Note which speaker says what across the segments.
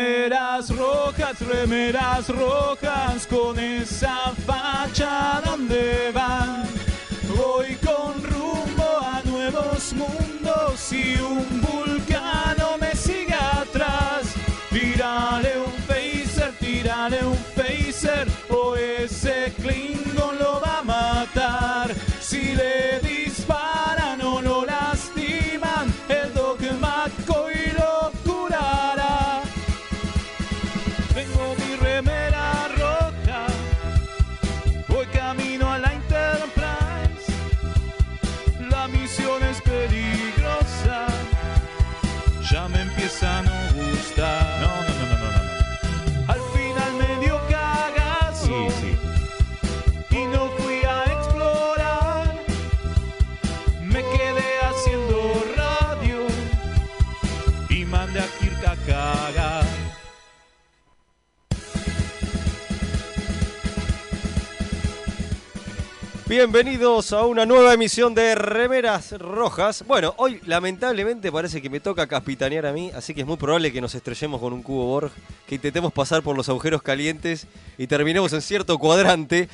Speaker 1: remeras rojas, remeras rojas, con esa facha donde van. Voy con rumbo a nuevos mundos y un vulcano me sigue atrás. Tírale un phaser, tírale un phaser, o ese Klingon lo va a matar. Si le disparan o lo lastiman, el dogma y lo curará. Tengo mi remera roja, voy camino a la Enterprise. La misión es peligrosa, ya me empieza a no gustar.
Speaker 2: No, no, no, no, no, no.
Speaker 1: Al final me dio cagazo
Speaker 2: Sí, sí.
Speaker 1: y no fui a explorar. Me quedé haciendo radio y mandé a Kirk a cagar.
Speaker 3: Bienvenidos a una nueva emisión de Remeras Rojas. Bueno, hoy lamentablemente parece que me toca capitanear a mí, así que es muy probable que nos estrellemos con un cubo Borg, que intentemos pasar por los agujeros calientes y terminemos en cierto cuadrante.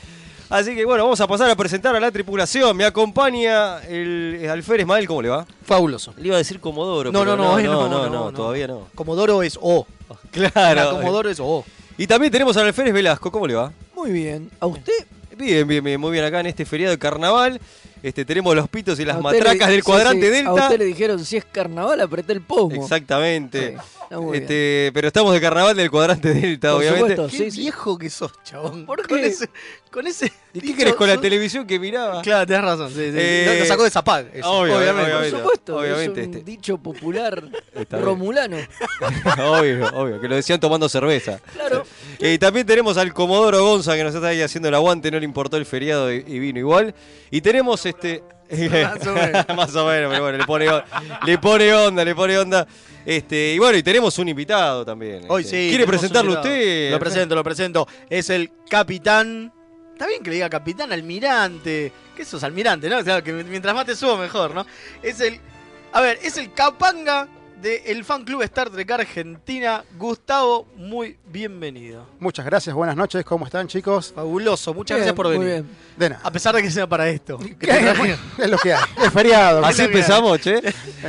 Speaker 3: Así que bueno, vamos a pasar a presentar a la tripulación. Me acompaña el, el alférez Mael, ¿cómo le va?
Speaker 4: Fabuloso.
Speaker 3: Le iba a decir Comodoro.
Speaker 4: No, no,
Speaker 3: pero
Speaker 4: no, eh,
Speaker 3: no, no, no, todavía no.
Speaker 4: Comodoro es O.
Speaker 3: Claro. eh.
Speaker 4: La Comodoro es O.
Speaker 3: Y también tenemos al alférez Velasco, ¿cómo le va?
Speaker 5: Muy bien. ¿A usted?
Speaker 3: Bien, bien, bien, muy bien. Acá en este feriado de carnaval este, tenemos los pitos y las
Speaker 5: a usted le-
Speaker 3: matracas del
Speaker 5: sí,
Speaker 3: cuadrante
Speaker 5: sí,
Speaker 3: delta.
Speaker 5: A usted le dijeron, si es carnaval, apreté el pomo.
Speaker 3: Exactamente.
Speaker 5: Sí, está muy
Speaker 3: Este, pero estamos de carnaval del cuadrante delta,
Speaker 5: Por
Speaker 3: obviamente.
Speaker 5: supuesto.
Speaker 4: Qué
Speaker 5: Sí, sí.
Speaker 4: viejo que sos, chabón.
Speaker 5: ¿Por
Speaker 4: Con
Speaker 5: qué?
Speaker 4: ese, con ese
Speaker 3: ¿Y qué
Speaker 4: dicho,
Speaker 3: crees con la
Speaker 4: sos-
Speaker 3: televisión que miraba?
Speaker 4: Claro, tenés razón. sí, sí.
Speaker 3: Eh,
Speaker 4: Lo- lo sacó de Zapag. eso.
Speaker 3: obvio,
Speaker 5: Por
Speaker 3: obviamente,
Speaker 5: supuesto,
Speaker 3: obviamente,
Speaker 5: es un
Speaker 3: este.
Speaker 5: dicho popular
Speaker 3: Está bien.
Speaker 5: romulano.
Speaker 3: obvio, obvio, que lo decían tomando cerveza.
Speaker 5: Claro.
Speaker 3: Eh, Y también tenemos al Comodoro Gonza que nos está ahí haciendo el aguante, no le importó el feriado y, y vino igual. Y tenemos este.
Speaker 4: Más o menos.
Speaker 3: Más o menos, pero bueno, le pone, on- le pone onda, le pone onda. Este, y bueno, y tenemos un invitado también.
Speaker 4: Hoy
Speaker 3: este.
Speaker 4: sí.
Speaker 3: ¿Quiere
Speaker 4: tenemos
Speaker 3: presentarlo
Speaker 4: un invitado.
Speaker 3: usted?
Speaker 4: Lo presento, lo presento. Es el capitán. Está bien que le diga capitán, almirante. ¿Qué sos, almirante, no? O sea, que mientras más te subo, mejor, ¿no? Es el. A ver, es el capanga del fan club Star Trek Argentina. Gustavo, muy bienvenido.
Speaker 6: Muchas gracias, buenas noches, ¿cómo están chicos?
Speaker 4: Fabuloso, muchas
Speaker 5: Bien,
Speaker 4: gracias por
Speaker 5: muy
Speaker 4: venir.
Speaker 5: bien.
Speaker 6: De nada.
Speaker 4: A pesar de que sea para esto. que te traje.
Speaker 6: Es lo que hay, es feriado.
Speaker 3: Así empezamos, che.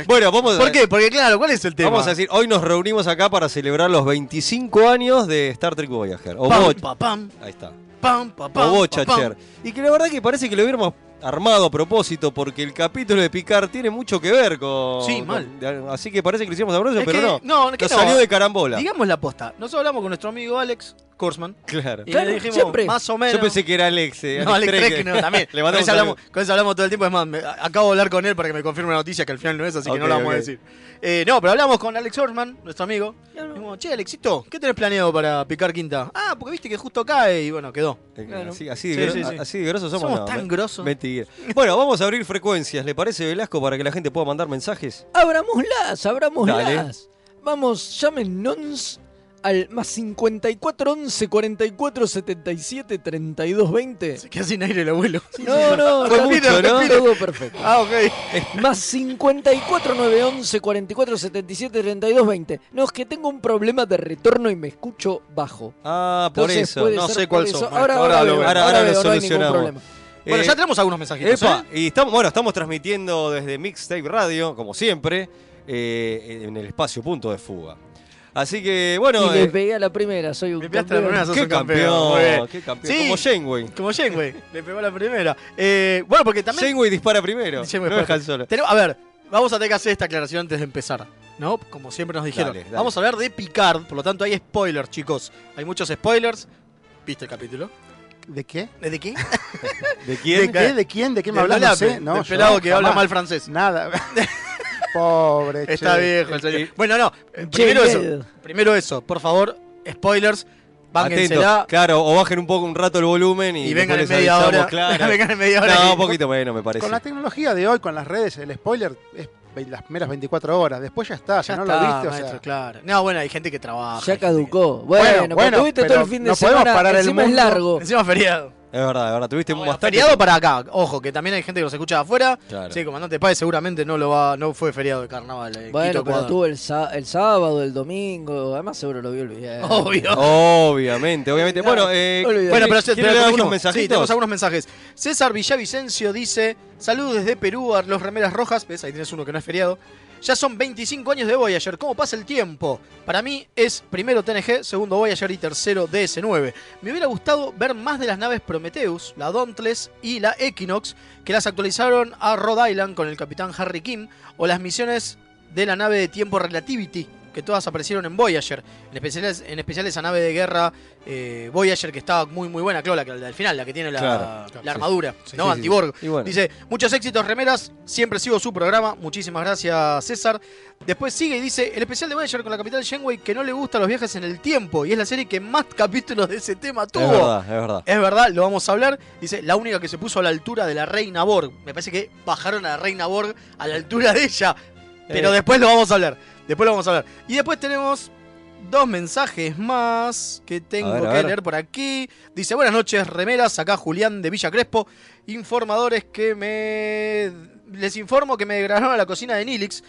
Speaker 3: Bueno, vamos a-
Speaker 4: ¿Por qué? Porque claro, ¿cuál es el tema?
Speaker 3: Vamos a decir, hoy nos reunimos acá para celebrar los 25 años de Star Trek Voyager. O
Speaker 4: Pam,
Speaker 3: Bo-
Speaker 4: pa, pam,
Speaker 3: Ahí está.
Speaker 4: pam, pa, pam,
Speaker 3: O
Speaker 4: pa, pam.
Speaker 3: Bochacher. Y que la verdad que parece que lo hubiéramos armado a propósito porque el capítulo de Picard tiene mucho que ver con.
Speaker 4: Sí, mal.
Speaker 3: con- así que parece que lo hicimos a broso,
Speaker 4: Es
Speaker 3: pero
Speaker 4: que-
Speaker 3: no.
Speaker 4: no, es que
Speaker 3: Nos
Speaker 4: no.
Speaker 3: salió de carambola.
Speaker 4: Digamos la posta. Nosotros hablamos con nuestro amigo Alex Korsman.
Speaker 3: Claro.
Speaker 4: Y
Speaker 5: Claro,
Speaker 4: le dijimos,
Speaker 5: siempre.
Speaker 4: más o menos.
Speaker 3: Yo pensé que era Alex. eh,
Speaker 4: no, Alex
Speaker 3: Trek.
Speaker 4: Trek, no, también.
Speaker 3: Le
Speaker 4: con,
Speaker 3: mandamos
Speaker 4: ese
Speaker 3: un
Speaker 4: hablamos, con ese hablamos todo el tiempo. Es más, me- a- acabo de hablar con él para que me confirme una noticia que al final no es, así que no
Speaker 3: Ok,
Speaker 4: la vamos
Speaker 3: ok.
Speaker 4: a decir. Eh, no, pero hablamos con Alex Korsman, nuestro amigo.
Speaker 5: Claro.
Speaker 4: Y dijimos, che, Alexito, ¿qué tenés planeado para picar quinta? Ah, porque viste que justo cae y bueno, quedó.
Speaker 3: saludo.
Speaker 5: Claro.
Speaker 3: Así, así de
Speaker 4: Sí,
Speaker 3: gro-
Speaker 4: sí, sí.
Speaker 3: así de grosos somos.
Speaker 4: Somos
Speaker 3: no,
Speaker 4: tan
Speaker 3: me-
Speaker 4: grosos.
Speaker 3: Mentira. Bueno, vamos a abrir frecuencias. ¿Le parece, Velasco, para que la gente pueda mandar mensajes?
Speaker 5: Abramoslas,
Speaker 3: Dale.
Speaker 5: abramoslas. Vamos, llámenos al más 54 11 44 77 32 20.
Speaker 4: Se queda sin aire el abuelo.
Speaker 5: No, no,
Speaker 3: Fue
Speaker 5: está
Speaker 3: mucho,
Speaker 5: bien,
Speaker 3: ¿no?
Speaker 5: está todo perfecto.
Speaker 4: Ah, ok.
Speaker 5: Más 54 911 44 77 32 20. No, es que tengo un problema de retorno y me escucho bajo.
Speaker 3: Ah, por
Speaker 5: Entonces,
Speaker 3: eso.
Speaker 5: puede
Speaker 4: no
Speaker 5: ser
Speaker 4: sé
Speaker 5: por
Speaker 4: cuál
Speaker 5: eso.
Speaker 4: sos, Marco.
Speaker 5: Ahora,
Speaker 4: Ahora
Speaker 5: ahora,
Speaker 4: lo
Speaker 5: veo,
Speaker 3: ahora-
Speaker 5: ahora
Speaker 3: ahora
Speaker 5: veo,
Speaker 3: lo
Speaker 5: no hay ningún
Speaker 3: solucionamos.
Speaker 5: problema.
Speaker 4: Bueno,
Speaker 3: Eh,
Speaker 4: ya tenemos algunos mensajitos.
Speaker 3: Epa,
Speaker 4: ¿eh?
Speaker 3: y estamos, bueno, estamos transmitiendo desde Mixtape Radio, como siempre, eh, en el espacio punto de fuga. Así que, bueno,
Speaker 5: y le
Speaker 3: eh,
Speaker 5: pegué a la primera, soy un
Speaker 4: Le pegaste a la
Speaker 5: campeón.
Speaker 4: primera, sos
Speaker 3: qué
Speaker 4: un campeón. Muy bien.
Speaker 3: campeón, qué campeón,
Speaker 4: Sí.
Speaker 3: como Janeway.
Speaker 4: Como Janeway, le pegó la primera. Eh, bueno, porque también.
Speaker 3: Janeway dispara primero,
Speaker 4: Janeway,
Speaker 3: no
Speaker 4: perfecto.
Speaker 3: dejan solo.
Speaker 4: Tenemos- a ver, vamos a tener que hacer esta aclaración antes de empezar. ¿No? Como siempre nos dijeron.
Speaker 3: Dale, dale.
Speaker 4: Vamos a hablar de Picard, por lo tanto hay spoilers, chicos. Hay muchos spoilers. ¿Viste el capítulo?
Speaker 6: ¿De qué?
Speaker 4: ¿De
Speaker 3: ¿De
Speaker 4: qué?
Speaker 6: ¿De
Speaker 3: quién?
Speaker 6: qué? ¿De quién? ¿De qué me hablas? No sé. No,
Speaker 4: del
Speaker 6: yo
Speaker 4: pelado que habla
Speaker 6: jamás.
Speaker 4: mal francés.
Speaker 6: Nada. Pobre che.
Speaker 4: Está viejo el señor.
Speaker 3: Eh,
Speaker 4: Bueno, no. eh,
Speaker 5: Che,
Speaker 4: Primero eso.
Speaker 5: Miguel.
Speaker 4: Primero eso. Por favor, spoilers.
Speaker 3: Atentos,
Speaker 4: Bánquensela.
Speaker 3: claro, o bajen un poco un rato el volumen y,
Speaker 4: Y vengan en
Speaker 3: después les
Speaker 4: media
Speaker 3: avisamos,
Speaker 4: hora.
Speaker 3: claro.
Speaker 4: vengan en media hora.
Speaker 3: No,
Speaker 4: y-
Speaker 3: un poquito menos me parece.
Speaker 6: Con la tecnología de hoy, con las redes, el spoiler es ve- las meras 24 horas. Después ya está, ya,
Speaker 4: Ya
Speaker 6: no
Speaker 4: está,
Speaker 6: lo viste. O sea,
Speaker 4: maestro, claro. No, bueno, hay gente que trabaja. hay
Speaker 5: Ya
Speaker 4: gente
Speaker 5: caducó.
Speaker 6: Bueno,
Speaker 5: Ah, Bueno, pero
Speaker 6: bueno,
Speaker 5: tuviste
Speaker 6: pero
Speaker 5: todo el fin de
Speaker 6: no podemos
Speaker 5: semana,
Speaker 6: parar el
Speaker 5: encima es
Speaker 6: mundo.
Speaker 4: que-
Speaker 5: largo.
Speaker 4: Encima feriado.
Speaker 3: Es verdad, es verdad. Tuviste un
Speaker 4: Ah, Bueno,
Speaker 3: bastante.
Speaker 4: feriado para acá. Ojo, que también hay gente que los escucha de afuera.
Speaker 3: Claro.
Speaker 4: Sí, comandante Páez seguramente no lo va, no fue feriado de carnaval. eh,
Speaker 5: Bueno,
Speaker 4: Quito,
Speaker 5: pero
Speaker 4: Ecuador.
Speaker 5: tuvo el, sa- el sábado, el domingo. Además, seguro lo vio el viernes.
Speaker 4: Obvio.
Speaker 3: Obviamente, obviamente.
Speaker 5: Claro,
Speaker 3: Bueno, eh,
Speaker 5: olvidate.
Speaker 3: bueno, pero
Speaker 4: se-
Speaker 3: ¿quiere leer
Speaker 4: pero
Speaker 3: algunos
Speaker 4: continuemos. Sí,
Speaker 3: mensajitos?
Speaker 4: tenemos algunos mensajes. César Villavicencio dice: Saludos desde Perú a los remeras rojas. ¿Ves? Ahí tienes uno que no es feriado. Ya son 25 años de Voyager. ¿Cómo pasa el tiempo? Para mí es primero TNG, segundo Voyager y tercero DS9. Me hubiera gustado ver más de las naves Prometheus, la Dauntless y la Equinox, que las actualizaron a Rhode Island con el capitán Harry Kim, o las misiones de la nave de tiempo Relativity, que todas aparecieron en Voyager. En especial, en especial esa nave de guerra eh, Voyager que estaba muy muy buena, claro, la, que- la del final, la que tiene la,
Speaker 3: Claro.
Speaker 4: la
Speaker 6: Sí.
Speaker 4: armadura,
Speaker 6: Sí,
Speaker 4: ¿no?
Speaker 6: sí, sí.
Speaker 4: Antiborg.
Speaker 3: Y bueno.
Speaker 4: Dice, muchos éxitos remeras, siempre sigo su programa, muchísimas gracias César. Después sigue y dice, el especial de Voyager con la capital Shenway que no le gusta los viajes en el tiempo y es la serie que más capítulos de ese tema tuvo.
Speaker 3: Es verdad, es verdad.
Speaker 4: Es verdad, lo vamos a hablar. Dice, la única que se puso a la altura de la reina Borg. Me parece que bajaron a la reina Borg a la altura de ella. Pero
Speaker 3: Eh.
Speaker 4: después lo vamos a hablar. Después lo vamos a hablar. Y después tenemos dos mensajes más que tengo
Speaker 3: ver, a
Speaker 4: que
Speaker 3: ver.
Speaker 4: leer por aquí. Dice, buenas noches, remeras. Acá Julián de Villa Crespo. Informadores que me... Les informo que me degradaron a la cocina de Nilix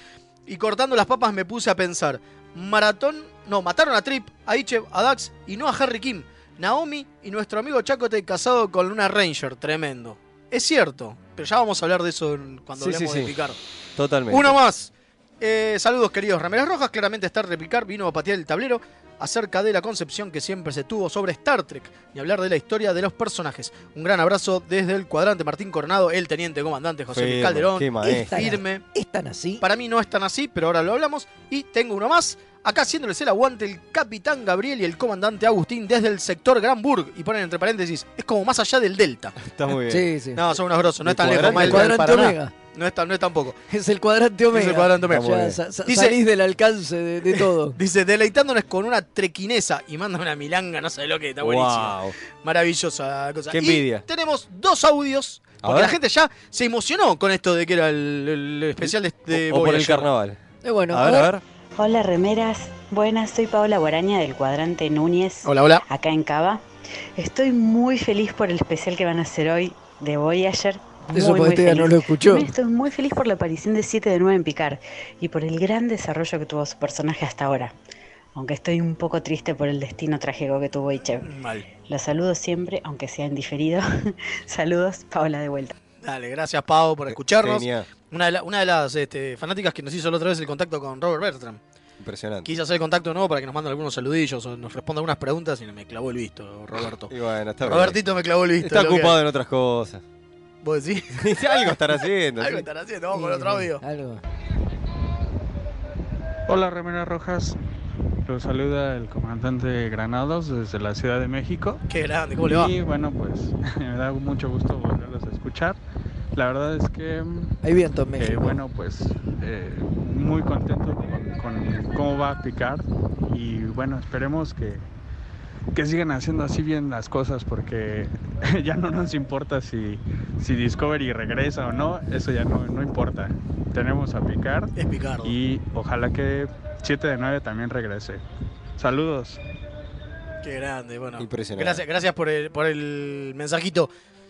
Speaker 4: y cortando las papas me puse a pensar. Maratón, no, mataron a Trip, a Ichev, a Dax y no a Harry Kim. Naomi y nuestro amigo Chacote casado con una Ranger, tremendo. Es cierto, pero ya vamos a hablar de eso en- cuando
Speaker 3: Sí,
Speaker 4: hablemos
Speaker 3: sí,
Speaker 4: de
Speaker 3: sí.
Speaker 4: Picard.
Speaker 3: Totalmente.
Speaker 4: Uno más. Eh, saludos queridos Rameras Rojas, claramente Star de Picard vino a patear el tablero acerca de la concepción que siempre se tuvo sobre Star Trek y hablar de la historia de los personajes. Un gran abrazo desde el cuadrante Martín Coronado, el teniente comandante José Luis
Speaker 3: Firme,
Speaker 4: Calderón.
Speaker 3: Qué maestro.
Speaker 5: Esta-
Speaker 4: Firme.
Speaker 5: ¿Es tan así?
Speaker 4: Para mí no es tan así, pero ahora lo hablamos. Y tengo uno más. Acá haciéndoles el aguante el capitán Gabriel y el comandante Agustín desde el sector Granburg. Y ponen entre paréntesis, es como más allá del Delta.
Speaker 3: Está muy bien.
Speaker 5: Sí, sí.
Speaker 4: No, son unos grosos, no
Speaker 3: El
Speaker 4: es tan lejos,
Speaker 3: cuadrante-
Speaker 5: el
Speaker 4: Mael.
Speaker 6: cuadra-
Speaker 5: cuadrante
Speaker 6: Paraná.
Speaker 5: omega.
Speaker 4: No es tan, no es tan poco.
Speaker 5: Es el cuadrante omega.
Speaker 4: Es el cuadrante omega.
Speaker 3: Está muy
Speaker 5: Ya,
Speaker 3: bien.
Speaker 5: sa- sa-
Speaker 4: Dice-
Speaker 5: salís del alcance de, de todo.
Speaker 4: Dice, deleitándonos con una trequinesa y manda una milanga, no sé lo que, está buenísimo.
Speaker 3: Wow.
Speaker 4: Maravillosa cosa.
Speaker 3: Qué
Speaker 4: Y
Speaker 3: envidia.
Speaker 4: tenemos dos audios,
Speaker 3: A
Speaker 4: porque la
Speaker 3: ver.
Speaker 4: gente ya se emocionó con esto de que era el, el especial de, este de
Speaker 3: o o por el
Speaker 4: Voyager.
Speaker 3: carnaval.
Speaker 5: Eh, bueno,
Speaker 3: a ver, a ver.
Speaker 2: Hola remeras, buenas, soy Paola Guaraña del cuadrante Núñez,
Speaker 4: Hola, hola.
Speaker 2: acá en Cava. Estoy muy feliz por el especial que van a hacer hoy de Voyager. Muy,
Speaker 5: eso
Speaker 2: muy
Speaker 5: porque todavía no
Speaker 2: feliz.
Speaker 5: lo escuchó.
Speaker 2: También Estoy muy feliz por la aparición de 7 de 9 en Picard y por el gran desarrollo que tuvo su personaje hasta ahora. Aunque estoy un poco triste por el destino trágico que tuvo Ichev.
Speaker 4: Mal.
Speaker 2: Los saludo siempre, aunque sea en diferido. Saludos, Paola de vuelta.
Speaker 4: Dale, gracias Pau por escucharnos.
Speaker 3: Genial.
Speaker 4: Una de, la- una de las este, fanáticas que nos hizo la otra vez el contacto con Robert Bertram.
Speaker 3: Impresionante.
Speaker 4: Quise hacer el contacto de nuevo para que nos mande algunos saludillos o nos responda algunas preguntas y me clavó el visto, Roberto.
Speaker 3: Y bueno, está bien.
Speaker 4: Robertito me clavó el visto.
Speaker 3: Está
Speaker 4: es lo que-
Speaker 3: ocupado en otras cosas.
Speaker 4: ¿Vos decís?
Speaker 3: Algo estará haciendo.
Speaker 4: Algo
Speaker 3: sí.
Speaker 4: están haciendo, vamos con otro audio.
Speaker 5: Algo.
Speaker 7: Hola Remeras Rojas, los saluda el comandante Granados desde la Ciudad de México.
Speaker 4: Qué grande, ¿cómo le va?
Speaker 7: Y bueno, pues me da mucho gusto volverlos a escuchar. La verdad es que, mm,
Speaker 5: Hay viento en
Speaker 7: eh,
Speaker 5: México.
Speaker 7: bueno, pues eh, muy contento con, con cómo va a picar y bueno, esperemos que, que sigan haciendo así bien las cosas porque ya no nos importa si, si Discovery regresa o no, eso ya no, no importa. Tenemos a picar
Speaker 4: Es Picardo.
Speaker 7: y ojalá que 7 de 9 también regrese. Saludos.
Speaker 4: Qué grande, bueno.
Speaker 3: Impresionante.
Speaker 4: Gracias, gracias por el, por el mensajito.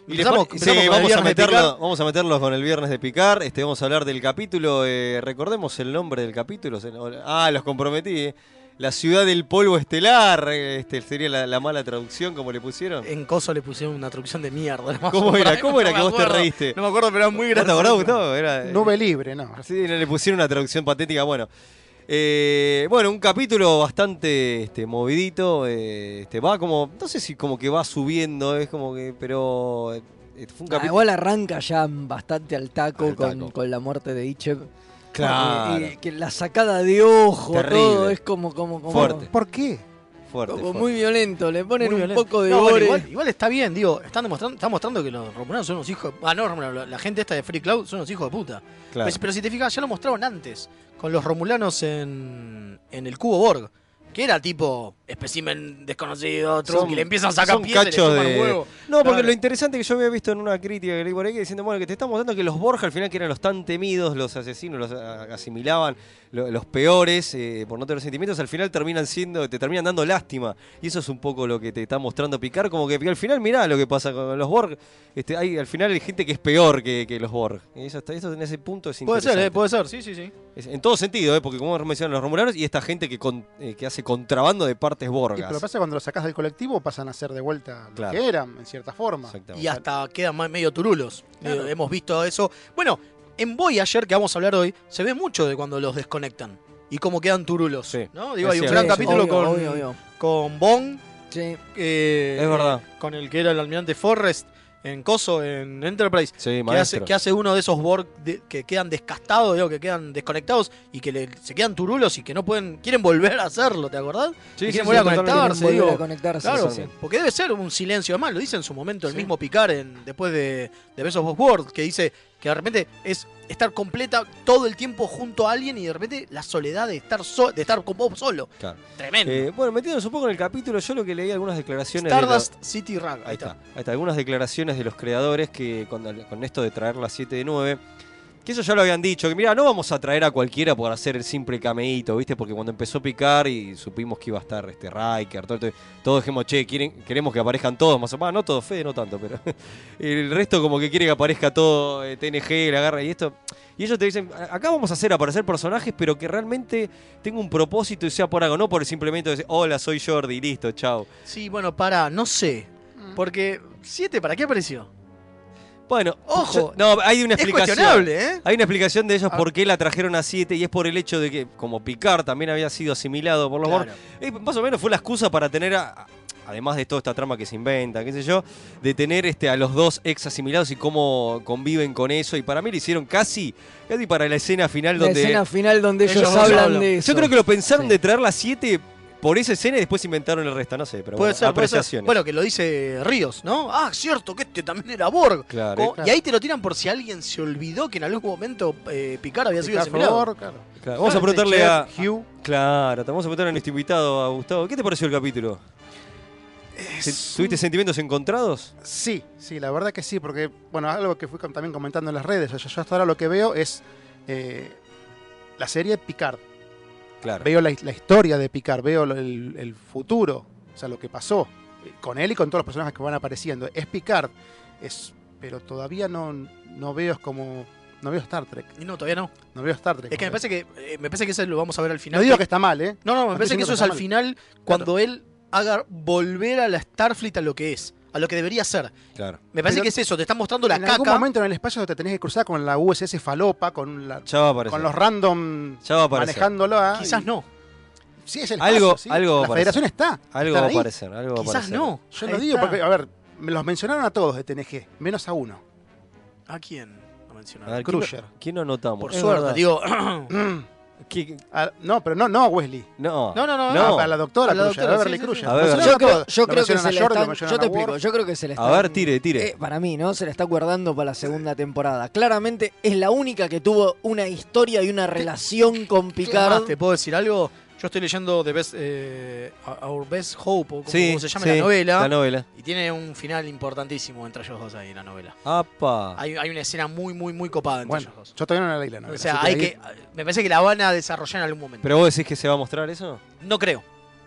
Speaker 3: Y
Speaker 4: Empezamos-
Speaker 3: después-
Speaker 4: empezamos
Speaker 3: sí,
Speaker 4: con el
Speaker 3: vamos, a
Speaker 4: viernes de
Speaker 3: meterlo,
Speaker 4: Picard.
Speaker 3: vamos a meterlos con el viernes de picar. Este, vamos a hablar del capítulo. eh, recordemos el nombre del capítulo. se- o- Ah, los comprometí. eh. La ciudad del polvo estelar. eh, Este, sería la, la mala traducción, como le pusieron.
Speaker 4: En Coso le pusieron una traducción de mierda. no me
Speaker 3: ¿Cómo
Speaker 4: acuerdo.
Speaker 3: era? ¿Cómo era
Speaker 4: No
Speaker 3: que
Speaker 4: me
Speaker 3: vos te
Speaker 4: acuerdo.
Speaker 3: reíste?
Speaker 4: No me acuerdo, pero era muy
Speaker 3: ¿No
Speaker 4: grande.
Speaker 3: te acordás, Gustavo? Era, eh,
Speaker 6: Nube libre, no.
Speaker 3: Sí, no le pusieron una traducción patética. Bueno, Eh, bueno, un capítulo bastante este, movidito. eh, este, va como, no sé si como que va subiendo, es como que, pero eh, fue un
Speaker 5: Ah,
Speaker 3: capítulo.
Speaker 5: igual arranca ya bastante al taco,
Speaker 3: Al
Speaker 5: con,
Speaker 3: taco.
Speaker 5: con la muerte de Ichev.
Speaker 3: Claro.
Speaker 5: Y, y que la sacada de ojo,
Speaker 3: Terrible.
Speaker 5: todo es como, como, como-
Speaker 3: Fuerte,
Speaker 6: ¿Por qué?
Speaker 3: fuerte,
Speaker 5: como
Speaker 3: fuerte.
Speaker 5: muy violento. Le ponen
Speaker 4: Muy
Speaker 5: un
Speaker 4: violento.
Speaker 5: poco de
Speaker 4: No, bueno,
Speaker 5: gore.
Speaker 4: igual, igual está bien, digo, están demostrando, están mostrando que los romulanos son unos hijos. Ah, no, romulanos, la gente esta de Free Cloud son unos hijos de puta.
Speaker 3: Claro.
Speaker 4: Pues, pero si te fijas, ya lo mostraron antes, con los romulanos en, en el cubo Borg, que era tipo, espécimen desconocido, truco,
Speaker 3: Son-
Speaker 4: y le empiezan a sacar
Speaker 3: son
Speaker 4: pies y le
Speaker 3: cachos
Speaker 4: chupan
Speaker 3: de-
Speaker 4: huevo.
Speaker 3: No, porque
Speaker 4: Claro.
Speaker 3: lo interesante que yo había visto en una crítica que leí por ahí, que diciendo, bueno, que te estamos dando que los Borja al final, que eran los tan temidos, los asesinos, los ah, asimilaban, lo- los peores eh, por no tener sentimientos, al final terminan siendo, te terminan dando lástima. Y eso es un poco lo que te está mostrando Picar, como que al final, mirá lo que pasa con los Borg. Este, hay, al final hay gente que es peor que, que los Borg. Y eso, está- eso en ese punto es
Speaker 4: Puede ser,
Speaker 3: interesante.
Speaker 4: eh, puede ser, sí, sí, sí.
Speaker 3: Es- en todo sentido, eh, porque como mencionaron los romulanos, y esta gente que, con- eh, que hace contrabando de partes
Speaker 6: Y,
Speaker 3: Borgas.
Speaker 6: pero pasa que cuando los sacás del colectivo pasan a ser de vuelta lo
Speaker 3: Claro.
Speaker 6: que eran, en cierta forma.
Speaker 3: Exactamente.
Speaker 4: Y hasta quedan más medio turulos. Digo, Hemos visto eso. Bueno, en Voyager, que vamos a hablar hoy, se ve mucho de cuando los desconectan y cómo quedan turulos.
Speaker 3: Sí,
Speaker 4: ¿no? Digo,
Speaker 3: es
Speaker 4: hay un
Speaker 3: cierto.
Speaker 4: gran
Speaker 5: Sí,
Speaker 4: capítulo
Speaker 5: obvio,
Speaker 4: con,
Speaker 5: obvio, obvio.
Speaker 4: con Bond,
Speaker 5: Sí.
Speaker 4: eh,
Speaker 3: Es verdad.
Speaker 4: con el que era el almirante Forrest en Coso, en Enterprise.
Speaker 3: Sí,
Speaker 4: Que hace,
Speaker 3: maestro.
Speaker 4: que hace uno de esos Borg de- que quedan descastados, digo, que quedan desconectados y que le- se quedan turulos y que no pueden, quieren volver a hacerlo, ¿te acordás?
Speaker 3: Sí,
Speaker 4: Y
Speaker 3: sí,
Speaker 4: quieren
Speaker 3: sí,
Speaker 4: volver a
Speaker 3: totalmente.
Speaker 4: conectarse,
Speaker 5: Quieren volver
Speaker 4: digo.
Speaker 5: a conectarse,
Speaker 4: Claro,
Speaker 5: sí, sí.
Speaker 4: porque debe ser un silencio. Además, lo dice en su momento el mismo Picard en, después de, de Besos of World, que dice que de repente es estar completa todo el tiempo junto a alguien y de repente la soledad de estar, so- de estar con vos solo.
Speaker 3: Claro.
Speaker 4: Tremendo.
Speaker 3: Eh, bueno, metiéndonos un poco en el capítulo, yo lo que leí algunas declaraciones. de los-
Speaker 4: Stardust City Run.
Speaker 3: Ahí está, ahí está. Algunas declaraciones de los creadores que cuando, con esto de traer la 7 de 9. Que eso ya lo habían dicho, que mira, no vamos a traer a cualquiera por hacer el simple cameíto, ¿viste? Porque cuando empezó a picar y supimos que iba a estar este Riker, todo, todo- todos dijimos, che, quieren, queremos que aparezcan todos, más o menos, Ah, no todos, Fede, no tanto, pero el resto como que quiere que aparezca todo eh, TNG, la garra y esto. Y ellos te dicen, "A- acá vamos a hacer aparecer personajes, pero que realmente tenga un propósito y sea por algo, no por el simplemente decir, hola, soy Jordi, y listo, chao.
Speaker 4: Sí, bueno, para, no sé.
Speaker 6: Mm.
Speaker 4: Porque 7, ¿para qué apareció?
Speaker 3: Bueno,
Speaker 4: Ojo,
Speaker 3: yo- no, hay una
Speaker 4: Es
Speaker 3: explicación.
Speaker 4: cuestionable, ¿eh?
Speaker 3: Hay una explicación de ellos
Speaker 4: Ah.
Speaker 3: por qué la trajeron a 7 y es por el hecho de que, como Picard también había sido asimilado por los Borg, eh, más o menos fue la excusa para tener, a- a- además de toda esta trama que se inventa, qué sé yo, de tener este, a los dos ex asimilados y cómo conviven con eso. Y para mí lo hicieron casi, casi para la escena final
Speaker 5: La
Speaker 3: donde.
Speaker 5: escena final donde ellos,
Speaker 4: Ellos dos
Speaker 5: hablan
Speaker 4: hablan.
Speaker 5: de eso.
Speaker 3: Yo creo que lo pensaron
Speaker 5: Sí.
Speaker 3: de traer la 7 por esa escena y después inventaron el resto, no sé, pero
Speaker 4: Puede
Speaker 3: bueno,
Speaker 4: ser, puede ser.
Speaker 3: apreciaciones.
Speaker 4: Bueno, que lo dice Ríos, ¿no? Ah, cierto, que este también era Borg.
Speaker 3: Claro,
Speaker 4: Co- Y ahí te lo tiran por si alguien se olvidó que en algún momento eh, Picard había sido
Speaker 6: Picar,
Speaker 4: asimilado.
Speaker 6: favor, claro.
Speaker 3: claro. Vamos a preguntarle a.
Speaker 6: Hugh.
Speaker 3: Claro, te vamos a preguntar a nuestro invitado, a Gustavo. ¿Qué te pareció el capítulo?
Speaker 6: Es
Speaker 3: ¿Tuviste sentimientos encontrados?
Speaker 6: Sí, sí, la verdad que sí, porque, bueno, algo que fui com- también comentando en las redes, o sea, yo hasta ahora lo que veo es eh, la serie Picard.
Speaker 3: Claro.
Speaker 6: Veo la, la historia de Picard, veo lo- el, el futuro, o sea, lo que pasó eh, con él y con todos los personajes que van apareciendo. Es Picard, es, pero todavía no, no veo es como. No veo Star Trek.
Speaker 4: Y No, todavía no.
Speaker 6: No veo Star Trek.
Speaker 4: Es que me parece que, eh, me parece que eso lo vamos a ver al final.
Speaker 6: No digo que está mal, ¿eh?
Speaker 4: No, no, me
Speaker 6: No
Speaker 4: parece
Speaker 6: estoy
Speaker 4: que eso
Speaker 6: diciendo
Speaker 4: es
Speaker 6: que
Speaker 4: al
Speaker 6: está mal.
Speaker 4: final cuando él haga volver a la Starfleet a lo que es, a lo que debería ser.
Speaker 3: claro.
Speaker 4: Me parece
Speaker 6: Pero
Speaker 4: que es eso, te están mostrando la
Speaker 6: en
Speaker 4: caca.
Speaker 6: algún momento en el espacio te tenés que cruzar con la USS Falopa, con, la,
Speaker 3: Ya va a aparecer.
Speaker 6: con los random ¿ah?
Speaker 3: Ya va a aparecer.
Speaker 6: manejándola.
Speaker 4: Quizás
Speaker 6: y-
Speaker 4: no,
Speaker 6: Sí, es el
Speaker 3: Algo-
Speaker 6: espacio, sí.
Speaker 3: algo va a
Speaker 6: La federación está.
Speaker 3: Algo va
Speaker 6: están
Speaker 3: a
Speaker 6: ahí.
Speaker 3: aparecer, algo va a
Speaker 4: quizás
Speaker 3: aparecer.
Speaker 4: no.
Speaker 6: Yo
Speaker 4: Ahí
Speaker 6: lo digo
Speaker 4: está.
Speaker 6: porque, a ver, me los mencionaron a todos de TNG, menos a uno.
Speaker 4: ¿A quién? No
Speaker 3: A
Speaker 4: mencionaron.
Speaker 3: ver, ¿quién,
Speaker 6: Crusher.
Speaker 3: quién lo notamos?
Speaker 4: Por
Speaker 3: Es
Speaker 4: suerte,
Speaker 3: verdad.
Speaker 4: digo.
Speaker 3: ¿Qui-
Speaker 6: Ah, no, pero no, no a Wesley.
Speaker 3: No.
Speaker 4: No, no, no,
Speaker 6: No,
Speaker 3: No.
Speaker 6: a la doctora
Speaker 4: A la
Speaker 6: Crusher,
Speaker 4: doctora,
Speaker 6: a Beverly
Speaker 4: sí, sí,
Speaker 6: Crusher.
Speaker 3: sí. A ver,
Speaker 6: Mencionaron
Speaker 5: Yo creo,
Speaker 6: todos.
Speaker 5: yo creo
Speaker 6: Lo
Speaker 5: que
Speaker 6: mencionan
Speaker 5: se
Speaker 6: a
Speaker 5: le
Speaker 6: Jordan, lo
Speaker 5: están,
Speaker 6: mencionan
Speaker 5: yo te
Speaker 6: a
Speaker 5: explico,
Speaker 6: Worf.
Speaker 5: yo creo que se le
Speaker 3: A
Speaker 5: están,
Speaker 3: ver, tire, tire.
Speaker 5: eh, para mí, ¿no? Se le está guardando para la segunda temporada. Claramente es la única que tuvo una historia y una relación con
Speaker 4: Además,
Speaker 5: Picard.
Speaker 4: ¿Te puedo decir algo? Yo estoy leyendo The Best, eh, Our Best Hope, o como,
Speaker 3: sí,
Speaker 4: como se llama
Speaker 3: sí,
Speaker 4: la novela.
Speaker 3: La novela.
Speaker 4: y tiene un final importantísimo entre ellos dos ahí en la novela.
Speaker 3: Apa.
Speaker 4: Hay, hay una escena muy, muy, muy copada entre
Speaker 6: Bueno,
Speaker 4: ellos dos.
Speaker 6: yo todavía no la leí la novela,
Speaker 4: O sea,
Speaker 6: así
Speaker 4: hay
Speaker 6: ahí-
Speaker 4: que, me parece que la van a desarrollar en algún momento.
Speaker 3: ¿Pero vos decís que se va a mostrar eso?
Speaker 4: no creo.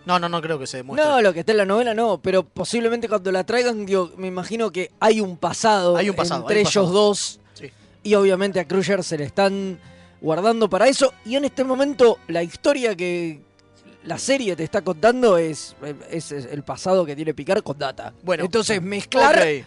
Speaker 4: No, no, no creo que se demuestre.
Speaker 5: No, lo que está en la novela no, pero posiblemente cuando la traigan, digo, me imagino que hay un pasado,
Speaker 4: Hay un pasado,
Speaker 5: entre
Speaker 4: hay un pasado.
Speaker 5: ellos dos.
Speaker 4: Sí.
Speaker 5: Y obviamente a Crusher se le están guardando para eso. Y en este momento la historia que la serie te está contando es, es- es el pasado que tiene Picard con Data.
Speaker 4: Bueno.
Speaker 5: Entonces mezclar
Speaker 4: Ok.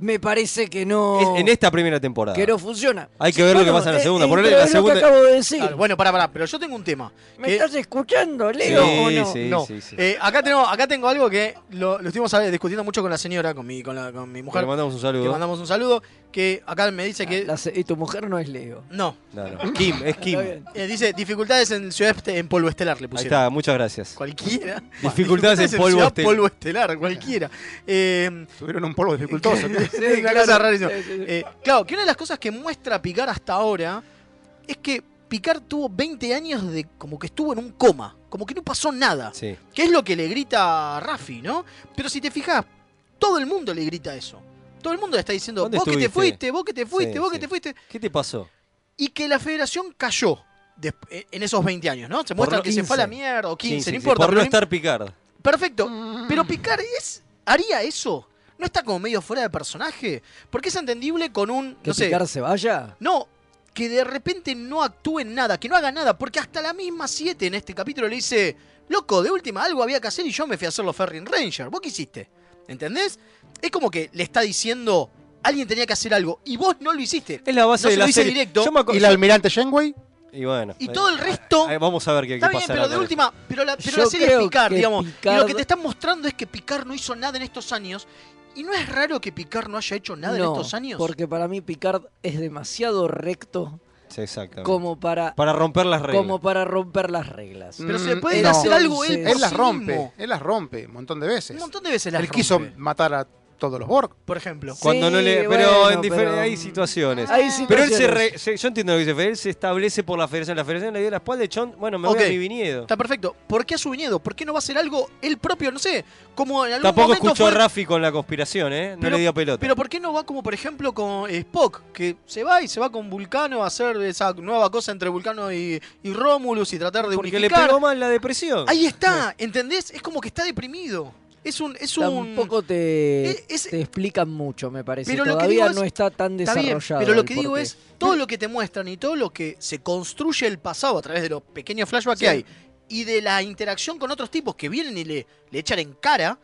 Speaker 5: me parece que no,
Speaker 3: Es- en esta primera temporada.
Speaker 5: que no funciona.
Speaker 3: Hay que ver lo que
Speaker 5: Bueno,
Speaker 3: pasa en la
Speaker 5: eh,
Speaker 3: segunda.
Speaker 5: eh,
Speaker 3: Ponele
Speaker 5: pero
Speaker 3: la
Speaker 5: es lo que
Speaker 3: segunda.
Speaker 5: acabo de decir.
Speaker 4: Claro, bueno, pará, pará, pero yo tengo un tema.
Speaker 5: ¿Me
Speaker 4: que-
Speaker 5: estás escuchando,
Speaker 3: Sí,
Speaker 5: Leo? o no?
Speaker 3: sí,
Speaker 4: no.
Speaker 3: sí, sí.
Speaker 4: Eh, acá, tengo, acá tengo algo que lo, lo estuvimos a ver, discutiendo mucho con la señora, con mi, con la- con mi mujer.
Speaker 3: Le mandamos un
Speaker 4: que
Speaker 3: saludo.
Speaker 4: mandamos un saludo. Que acá me dice que.
Speaker 5: La se- y tu mujer no es Leo.
Speaker 4: No.
Speaker 3: No, no. Kim, es Kim.
Speaker 5: Está bien.
Speaker 4: Eh, dice dificultades en Ciudad Este- en Polvo Estelar, le
Speaker 3: Ahí
Speaker 4: pusieron.
Speaker 3: está, muchas gracias.
Speaker 4: Cualquiera.
Speaker 3: Dificultades en polvo
Speaker 4: Ciudad
Speaker 3: estel-
Speaker 4: polvo estelar, cualquiera. Eh,
Speaker 6: Tuvieron un polvo dificultoso. ¿qué?
Speaker 4: Sí, una
Speaker 5: claro. eh,
Speaker 3: eh,
Speaker 4: cosa rarísima.
Speaker 5: Sí, sí, sí.
Speaker 4: Eh, claro, que una de las cosas que muestra Picar hasta ahora es que Picard tuvo 20 años de como que estuvo en un coma, como que no pasó nada.
Speaker 3: Sí.
Speaker 4: Que es lo que le grita a Raffi, ¿no? Pero si te fijas, todo el mundo le grita eso. Todo el mundo le está diciendo, vos
Speaker 3: ¿Dónde
Speaker 4: que te
Speaker 3: estuviste?
Speaker 4: fuiste, vos que te fuiste,
Speaker 3: Sí,
Speaker 4: vos que
Speaker 3: sí.
Speaker 4: te fuiste.
Speaker 3: ¿Qué te pasó?
Speaker 4: Y que la federación cayó des- en esos 20 años, ¿no? Se muestra
Speaker 3: no-
Speaker 4: que se fue a la
Speaker 3: 15.
Speaker 4: mierda, o 15,
Speaker 3: 15,
Speaker 4: no importa.
Speaker 3: Por
Speaker 4: pero
Speaker 3: no
Speaker 4: no im-
Speaker 3: estar Mm. Picard.
Speaker 4: Perfecto. Pero Picard es, haría eso. ¿No está como medio fuera de personaje? Porque es entendible con un,
Speaker 5: ¿Que
Speaker 4: no sé,
Speaker 5: Picard se vaya?
Speaker 4: no, que de repente no actúe en nada, que no haga nada, porque hasta la misma 7 en este capítulo le dice, loco, de última algo había que hacer y yo me fui a hacer los Ferry Ranger, ¿vos qué hiciste? ¿Entendés? Es como que le está diciendo, alguien tenía que hacer algo y vos no lo hiciste.
Speaker 3: Es la base
Speaker 4: No
Speaker 3: de
Speaker 4: se
Speaker 3: la
Speaker 4: lo dice
Speaker 3: serie.
Speaker 4: directo.
Speaker 3: Yo me acu-
Speaker 6: ¿Y el almirante Shenway?
Speaker 3: y bueno.
Speaker 4: Y
Speaker 3: eh,
Speaker 4: todo el resto...
Speaker 3: eh, vamos a ver qué, qué
Speaker 4: Está bien,
Speaker 3: pasa.
Speaker 4: pero de
Speaker 3: ahora.
Speaker 4: última, pero la, pero
Speaker 5: Yo
Speaker 4: la serie es
Speaker 5: creo
Speaker 4: Picard,
Speaker 5: que
Speaker 4: digamos. Y lo
Speaker 5: Picard-
Speaker 4: que te están mostrando es que Picard no hizo nada en estos años. Y no es raro que Picard no haya hecho nada en
Speaker 5: No,
Speaker 4: estos años.
Speaker 5: Porque para mí Picard es demasiado recto
Speaker 3: Sí, exactamente.
Speaker 5: como para,
Speaker 3: Para romper las reglas.
Speaker 5: como para romper las reglas.
Speaker 4: Pero se
Speaker 6: Mm,
Speaker 4: le puede
Speaker 5: no.
Speaker 4: hacer algo él.
Speaker 5: Entonces-
Speaker 4: por
Speaker 6: Él las
Speaker 4: sí
Speaker 6: rompe,
Speaker 4: mismo.
Speaker 6: él las rompe un montón de veces.
Speaker 4: Un montón de veces las
Speaker 6: él quiso
Speaker 4: rompe,
Speaker 6: matar a todos los Borg.
Speaker 4: por ejemplo.
Speaker 5: Sí,
Speaker 3: Cuando no le. Pero
Speaker 5: bueno,
Speaker 3: en difer-
Speaker 5: pero-
Speaker 3: hay situaciones.
Speaker 5: Hay
Speaker 3: Pero él se,
Speaker 5: situaciones.
Speaker 3: re- se- Yo entiendo lo que dice Fede, Él se establece por la federación. La federación le dio la espalda de Chon. Bueno, me voy
Speaker 4: Ok.
Speaker 3: a mi viñedo.
Speaker 4: Está perfecto. ¿Por qué a su viñedo? ¿Por qué no va a hacer algo él propio? No sé. Como en algún
Speaker 3: Tampoco
Speaker 4: momento
Speaker 3: escuchó
Speaker 4: fue-
Speaker 3: a Rafi con la conspiración, ¿eh? No
Speaker 4: Pero-
Speaker 3: le dio pelota.
Speaker 4: Pero ¿por qué no va como por ejemplo con eh, Spock? Que se va y se va con Vulcano a hacer esa nueva cosa entre Vulcano y, y Romulus y tratar de
Speaker 3: Porque le
Speaker 4: unificar.
Speaker 3: pegó mal la depresión.
Speaker 4: Ahí está, ¿entendés? Es como que está deprimido. Es un. Es un
Speaker 5: Tampoco te,
Speaker 4: Eh, es-
Speaker 5: te explican mucho, me parece.
Speaker 4: Pero lo que
Speaker 5: Todavía
Speaker 4: digo es-
Speaker 5: no está tan
Speaker 4: está bien,
Speaker 5: desarrollado.
Speaker 4: pero lo
Speaker 5: el
Speaker 4: que digo
Speaker 5: porqué.
Speaker 4: es todo lo que te muestran y todo lo que se construye el pasado a través de los pequeños flashbacks que hay y de la interacción con otros tipos que vienen y le, le echan en cara,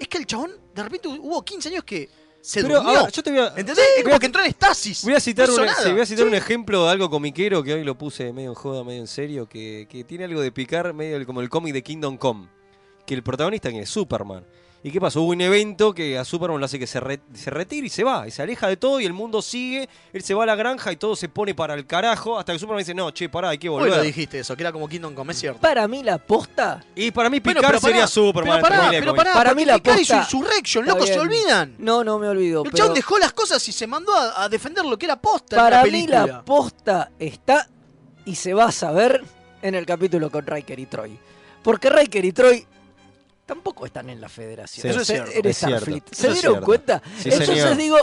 Speaker 4: es que el chabón de repente hubo 15 años que se
Speaker 3: Pero,
Speaker 4: durmió.
Speaker 3: a ver, yo te voy a.
Speaker 4: ¿Entendés? es como que entró en estasis.
Speaker 3: Voy a citar,
Speaker 4: No hizo
Speaker 3: una-
Speaker 4: nada.
Speaker 3: sí, voy a citar un ejemplo de algo comiquero que hoy lo puse medio en joda, medio en serio, que, que tiene algo de picar, medio el- como el cómic de Kingdom Come. Que el protagonista que es Superman. ¿Y qué pasó? Hubo un evento que a Superman lo hace que se, re- se retire y se va, y se aleja de todo y el mundo sigue, él se va a la granja y todo se pone para el carajo, hasta que Superman dice, no, che, pará, hay que
Speaker 4: Vos
Speaker 3: volver.
Speaker 4: lo dijiste eso, que era como Kingdom Come, es cierto.
Speaker 5: Para mí la posta...
Speaker 3: y para mí
Speaker 4: Bueno,
Speaker 3: picar sería Superman.
Speaker 4: Pero pará,
Speaker 3: entre
Speaker 4: pero
Speaker 3: comillas,
Speaker 4: pará,
Speaker 5: Para
Speaker 4: porque
Speaker 5: mí la
Speaker 4: Picard hizo
Speaker 5: posta-
Speaker 4: Insurrection,
Speaker 5: Está
Speaker 4: loco, se
Speaker 5: bien.
Speaker 4: olvidan.
Speaker 5: No, no me olvido.
Speaker 4: El
Speaker 5: pero
Speaker 4: chabón dejó las cosas y se mandó a, a defender lo que era posta en
Speaker 5: para
Speaker 4: la
Speaker 5: mí
Speaker 4: película.
Speaker 5: la posta está y se va a saber en el capítulo con Riker y Troy. Porque Riker y Troy tampoco están en la federación.
Speaker 3: Sí, eso es
Speaker 5: Se-
Speaker 3: cierto,
Speaker 5: en
Speaker 3: es cierto,
Speaker 5: Starfleet.
Speaker 3: eso
Speaker 5: ¿Se
Speaker 3: es
Speaker 5: dieron
Speaker 3: cierto.
Speaker 5: cuenta?
Speaker 3: Sí,
Speaker 5: Entonces
Speaker 3: señor.
Speaker 5: digo,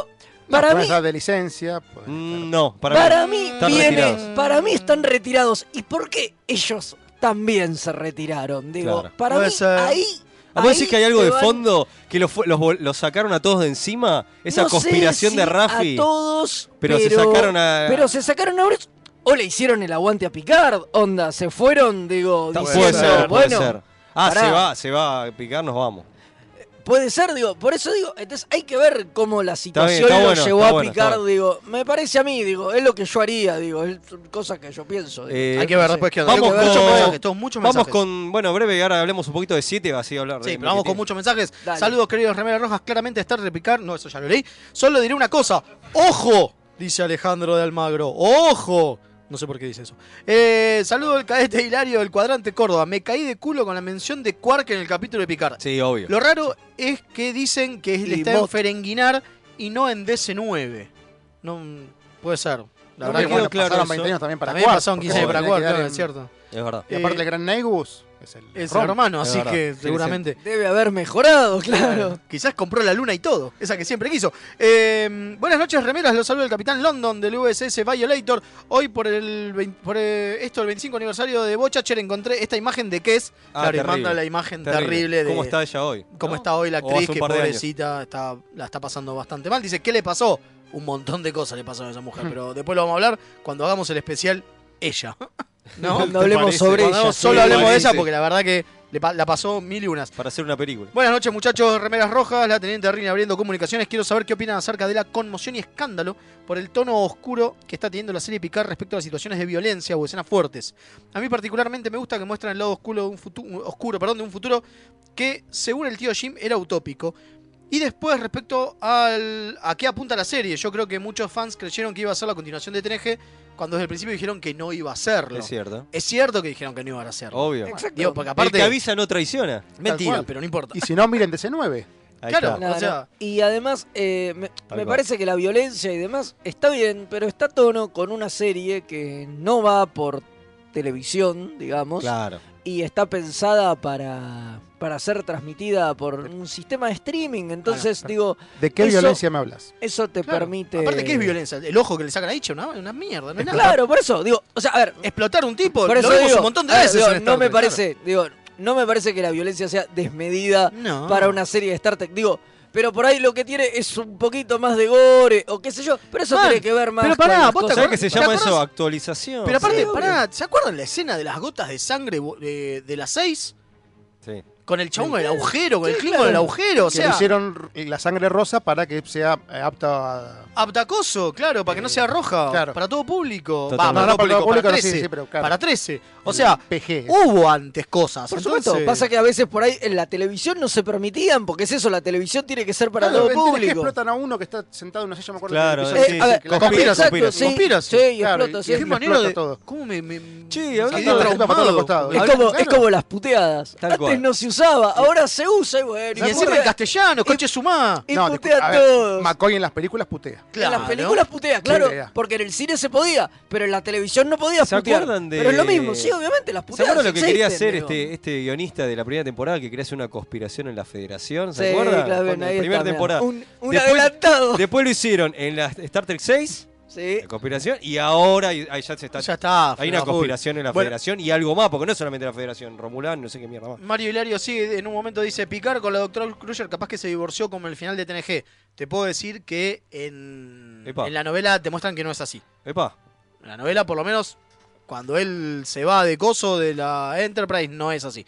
Speaker 5: para
Speaker 6: Para
Speaker 5: mí
Speaker 6: de licencia. pues,
Speaker 3: Mm, No, para,
Speaker 5: Para,
Speaker 3: mí.
Speaker 5: mí,
Speaker 3: Están
Speaker 5: vienen-
Speaker 3: retirados.
Speaker 5: para mí están retirados. ¿Y por qué ellos también se retiraron? Digo,
Speaker 3: Claro.
Speaker 5: para
Speaker 4: Puede
Speaker 5: mí
Speaker 4: ser.
Speaker 5: ahí.
Speaker 3: ¿A vos
Speaker 5: ahí
Speaker 3: decís que hay algo
Speaker 5: te
Speaker 3: de
Speaker 5: van-
Speaker 3: fondo que los, fu- los, vol- los sacaron a todos de encima? Esa
Speaker 5: no sé
Speaker 3: conspiración de
Speaker 5: si
Speaker 3: Rafi.
Speaker 5: A todos,
Speaker 3: Pero se sacaron a-
Speaker 5: Pero se sacaron a Bruce. O le hicieron el aguante a Picard. Onda, se fueron, digo,
Speaker 3: Ta-
Speaker 5: diciendo,
Speaker 3: puede ser, puede
Speaker 5: bueno,
Speaker 3: ser. Ah,
Speaker 5: pará.
Speaker 3: se va, se va a picar, nos vamos.
Speaker 5: Puede ser, digo, por eso digo, entonces hay que ver cómo la situación
Speaker 3: bien, está
Speaker 5: lo
Speaker 3: bueno,
Speaker 5: llevó
Speaker 3: está
Speaker 5: a
Speaker 3: bueno, está
Speaker 5: Picard,
Speaker 3: bueno.
Speaker 5: digo, me parece a mí, digo, es lo que yo haría, digo, es cosa que yo pienso. digo.
Speaker 3: Eh,
Speaker 4: Hay que ver después qué onda.
Speaker 3: Vamos
Speaker 4: Hay que ver
Speaker 3: con-
Speaker 4: muchos mensajes, todos muchos
Speaker 3: Vamos
Speaker 4: mensajes.
Speaker 3: con, bueno, breve, ahora hablemos un poquito de 7, así hablar. de
Speaker 4: Sí,
Speaker 3: lo
Speaker 4: pero vamos
Speaker 3: que
Speaker 4: con
Speaker 3: tiene.
Speaker 4: muchos mensajes.
Speaker 5: Dale.
Speaker 4: Saludos, queridos remeras rojas. Claramente estar de picar. No, eso ya lo leí. Solo diré una cosa. ¡Ojo! Dice Alejandro de Almagro. ¡Ojo! No sé por qué dice eso. Eh, saludo al cadete Hilario del cuadrante Córdoba. Me caí de culo con la mención de Quark en el capítulo de Picar.
Speaker 3: Sí, obvio.
Speaker 4: Lo raro es que dicen que él
Speaker 5: Y
Speaker 4: está en
Speaker 5: vos-
Speaker 4: Ferenguinar y no en DC9. No mm, puede ser. La
Speaker 3: No
Speaker 4: verdad
Speaker 3: me
Speaker 4: que
Speaker 3: quedó
Speaker 4: bueno,
Speaker 3: claro
Speaker 6: pasaron
Speaker 3: eso.
Speaker 6: 20 años también para
Speaker 4: también
Speaker 6: Quark,
Speaker 4: pasaron
Speaker 6: porque
Speaker 4: 15
Speaker 6: vos
Speaker 4: para
Speaker 6: tenés que
Speaker 4: Quark,
Speaker 6: quedar
Speaker 4: claro,
Speaker 6: en-
Speaker 4: es cierto.
Speaker 3: Es verdad.
Speaker 6: Y aparte el gran Negus es el
Speaker 4: Es
Speaker 6: Rom.
Speaker 4: hermano,
Speaker 3: Es
Speaker 4: así
Speaker 3: verdad.
Speaker 4: que
Speaker 3: Sí,
Speaker 4: seguramente.
Speaker 5: Debe haber mejorado, claro.
Speaker 4: Quizás compró la luna y todo, esa que siempre quiso. Eh, buenas noches, remeras. Los saludo el Capitán London del USS Violator. Hoy, por el vein- por eh, esto, el 25 aniversario de Bochacher, encontré esta imagen de Kes.
Speaker 3: Ah,
Speaker 4: claro, y
Speaker 3: terrible.
Speaker 4: manda la imagen terrible, de
Speaker 3: ¿Cómo está ella hoy?
Speaker 4: cómo
Speaker 3: ¿No?
Speaker 4: está hoy la
Speaker 3: O
Speaker 4: actriz,
Speaker 3: hace un
Speaker 4: que
Speaker 3: par de años.
Speaker 4: pobrecita está, la está pasando bastante mal. Dice, ¿qué le pasó? Un montón de cosas le pasaron a esa mujer, pero después lo vamos a hablar cuando hagamos el especial Ella. ¿No?
Speaker 5: Cuando hablemos
Speaker 3: parece?
Speaker 5: sobre
Speaker 4: Cuando
Speaker 5: ella.
Speaker 4: hagamos- solo hablemos de ella
Speaker 3: parece.
Speaker 4: porque la verdad que le pa- la pasó mil y unas.
Speaker 3: Para hacer una película.
Speaker 4: Buenas noches, muchachos. Remeras Rojas, la teniente Rini abriendo comunicaciones. Quiero saber qué opinan acerca de la conmoción y escándalo por el tono oscuro que está teniendo la serie Picard respecto a las situaciones de violencia o escenas fuertes. A mí, particularmente, me gusta que muestran el lado oscuro de un futuro, oscuro, perdón, de un futuro que, según el tío Jim, era utópico. Y después, respecto al, a qué apunta la serie, yo creo que muchos fans creyeron que iba a ser la continuación de TNG cuando desde el principio dijeron que no iba a serlo.
Speaker 3: Es cierto.
Speaker 4: Es cierto que dijeron que no iban a serlo.
Speaker 3: Obvio.
Speaker 5: Exacto.
Speaker 4: Digo, porque
Speaker 3: El que
Speaker 4: aparte.
Speaker 3: avisa no traiciona.
Speaker 4: Mentira,
Speaker 6: cual.
Speaker 4: pero no importa.
Speaker 6: Y si no, miren DC9.
Speaker 3: Ahí
Speaker 4: Claro.
Speaker 3: está.
Speaker 4: o
Speaker 5: Claro.
Speaker 4: sea-
Speaker 5: y además, eh, me,
Speaker 3: Tal
Speaker 5: me
Speaker 3: cual.
Speaker 5: parece que la violencia y demás está bien, pero está a tono con una serie que no va por televisión, digamos,
Speaker 3: Claro.
Speaker 5: y está pensada para, para ser transmitida por un sistema de streaming. Entonces,
Speaker 6: Claro.
Speaker 5: digo,
Speaker 6: ¿De qué
Speaker 5: Eso-
Speaker 6: violencia me hablas?
Speaker 5: eso te
Speaker 4: Claro.
Speaker 5: permite.
Speaker 4: Aparte, ¿qué es violencia? El ojo que le sacan ahí, che, una, una mierda, no es nada.
Speaker 5: Claro, por eso, digo, o sea, a ver,
Speaker 4: Explotar un tipo,
Speaker 5: por eso
Speaker 4: lo vemos
Speaker 5: digo,
Speaker 4: un montón de
Speaker 5: a ver,
Speaker 4: veces.
Speaker 5: digo,
Speaker 4: en Star
Speaker 5: no me
Speaker 4: Trek,
Speaker 5: parece, digo, no me parece que la violencia sea desmedida
Speaker 4: claro. No.
Speaker 5: para una serie de Star Trek. Digo, pero por ahí lo que tiene es un poquito más de gore o qué sé yo. Pero eso
Speaker 4: Man,
Speaker 5: tiene que ver más
Speaker 4: Ah, pero
Speaker 5: con
Speaker 4: pará,
Speaker 5: las
Speaker 4: vos te
Speaker 5: cosas-
Speaker 3: ¿Sabés que se
Speaker 4: ¿Te
Speaker 3: llama
Speaker 4: acordás?
Speaker 3: eso? Actualización.
Speaker 4: Pero aparte,
Speaker 5: Sí, obvio.
Speaker 4: pará, ¿se acuerdan la escena de las gotas de sangre bo- de, de las seis?
Speaker 3: Sí.
Speaker 4: Con el chabón con el agujero, con el
Speaker 5: Sí,
Speaker 4: clínico con el
Speaker 5: claro.
Speaker 4: agujero, o
Speaker 6: que le
Speaker 4: sea,
Speaker 6: hicieron la sangre rosa para que sea eh, apta a...
Speaker 4: aptacoso, claro, para que no sea roja,
Speaker 6: claro.
Speaker 4: para todo público. Va,
Speaker 3: Totalmente.
Speaker 4: para
Speaker 3: No,
Speaker 4: todo público, para
Speaker 6: no, sí,
Speaker 4: 13.
Speaker 6: sí, pero claro.
Speaker 4: Para 13. O sea,
Speaker 6: PG.
Speaker 4: hubo antes cosas.
Speaker 5: Por supuesto, pasa que a veces por ahí en la televisión no se permitían, porque es eso, la televisión tiene que ser para
Speaker 6: Claro,
Speaker 5: todo
Speaker 6: ¿entendés que
Speaker 5: público.
Speaker 6: explotan a uno que está sentado en una silla, me acuerdo.
Speaker 3: Claro,
Speaker 6: que
Speaker 5: Eh,
Speaker 3: Sí,
Speaker 5: a
Speaker 3: sí,
Speaker 5: ver,
Speaker 3: claro.
Speaker 5: conspira,
Speaker 3: Conspira,
Speaker 5: exacto,
Speaker 3: conspira.
Speaker 5: sí,
Speaker 4: Conspira,
Speaker 5: sí, y
Speaker 6: claro,
Speaker 5: explota,
Speaker 6: y-
Speaker 5: sí.
Speaker 6: y
Speaker 4: Qué
Speaker 6: es
Speaker 5: Es,
Speaker 6: una-
Speaker 4: manera de...
Speaker 6: todo.
Speaker 4: ¿Cómo me, me-
Speaker 3: Che,
Speaker 4: me
Speaker 3: hablando
Speaker 4: quedé
Speaker 3: de-
Speaker 6: Explota para todos los
Speaker 4: traumado?
Speaker 6: costados.
Speaker 5: como, es
Speaker 6: Claro.
Speaker 5: como las puteadas.
Speaker 3: Tal
Speaker 5: Antes
Speaker 3: cual.
Speaker 5: no se usaba, ahora se usa y bueno.
Speaker 4: Y encima en castellano, coche sumá.
Speaker 5: y
Speaker 6: No,
Speaker 5: putea
Speaker 6: disculpa,
Speaker 5: a
Speaker 6: a ver,
Speaker 5: todos.
Speaker 6: McCoy en las películas putea.
Speaker 5: En las películas putea, claro,
Speaker 6: Sí, ya.
Speaker 5: porque en el cine se podía, pero en la televisión no podía
Speaker 3: ¿Se
Speaker 5: putear.
Speaker 3: acuerdan de-
Speaker 5: Pero es lo mismo, sí, obviamente, las
Speaker 3: ¿Se
Speaker 5: puteadas
Speaker 3: acuerdan lo que quería
Speaker 5: existen,
Speaker 3: hacer
Speaker 5: digo.
Speaker 3: este, este guionista de la primera temporada que quería hacer una conspiración en la federación? ¿Se
Speaker 5: Sí,
Speaker 3: acuerdan?
Speaker 5: claro,
Speaker 3: Cuando
Speaker 5: ahí
Speaker 3: la primera
Speaker 5: está, mirá.
Speaker 3: temporada.
Speaker 5: Un, un
Speaker 3: Después-
Speaker 5: adelantado.
Speaker 3: Después lo hicieron en la Star Trek 6,
Speaker 5: Sí.
Speaker 3: la conspiración, y ahora y- ahí ya se está.
Speaker 4: Ya está.
Speaker 3: hay una
Speaker 4: full.
Speaker 3: conspiración en la
Speaker 4: Bueno.
Speaker 3: federación y algo más, porque no es solamente la federación, Romulán, no sé qué mierda más.
Speaker 4: Mario Hilario sigue en un momento dice picar con la doctora Crusher capaz que se divorció como en el final de TNG. Te puedo decir que en,
Speaker 3: Epa.
Speaker 4: en la novela te muestran que no es así.
Speaker 3: Epa,
Speaker 4: En la novela, por lo menos, cuando él se va de coso de la Enterprise, no es así.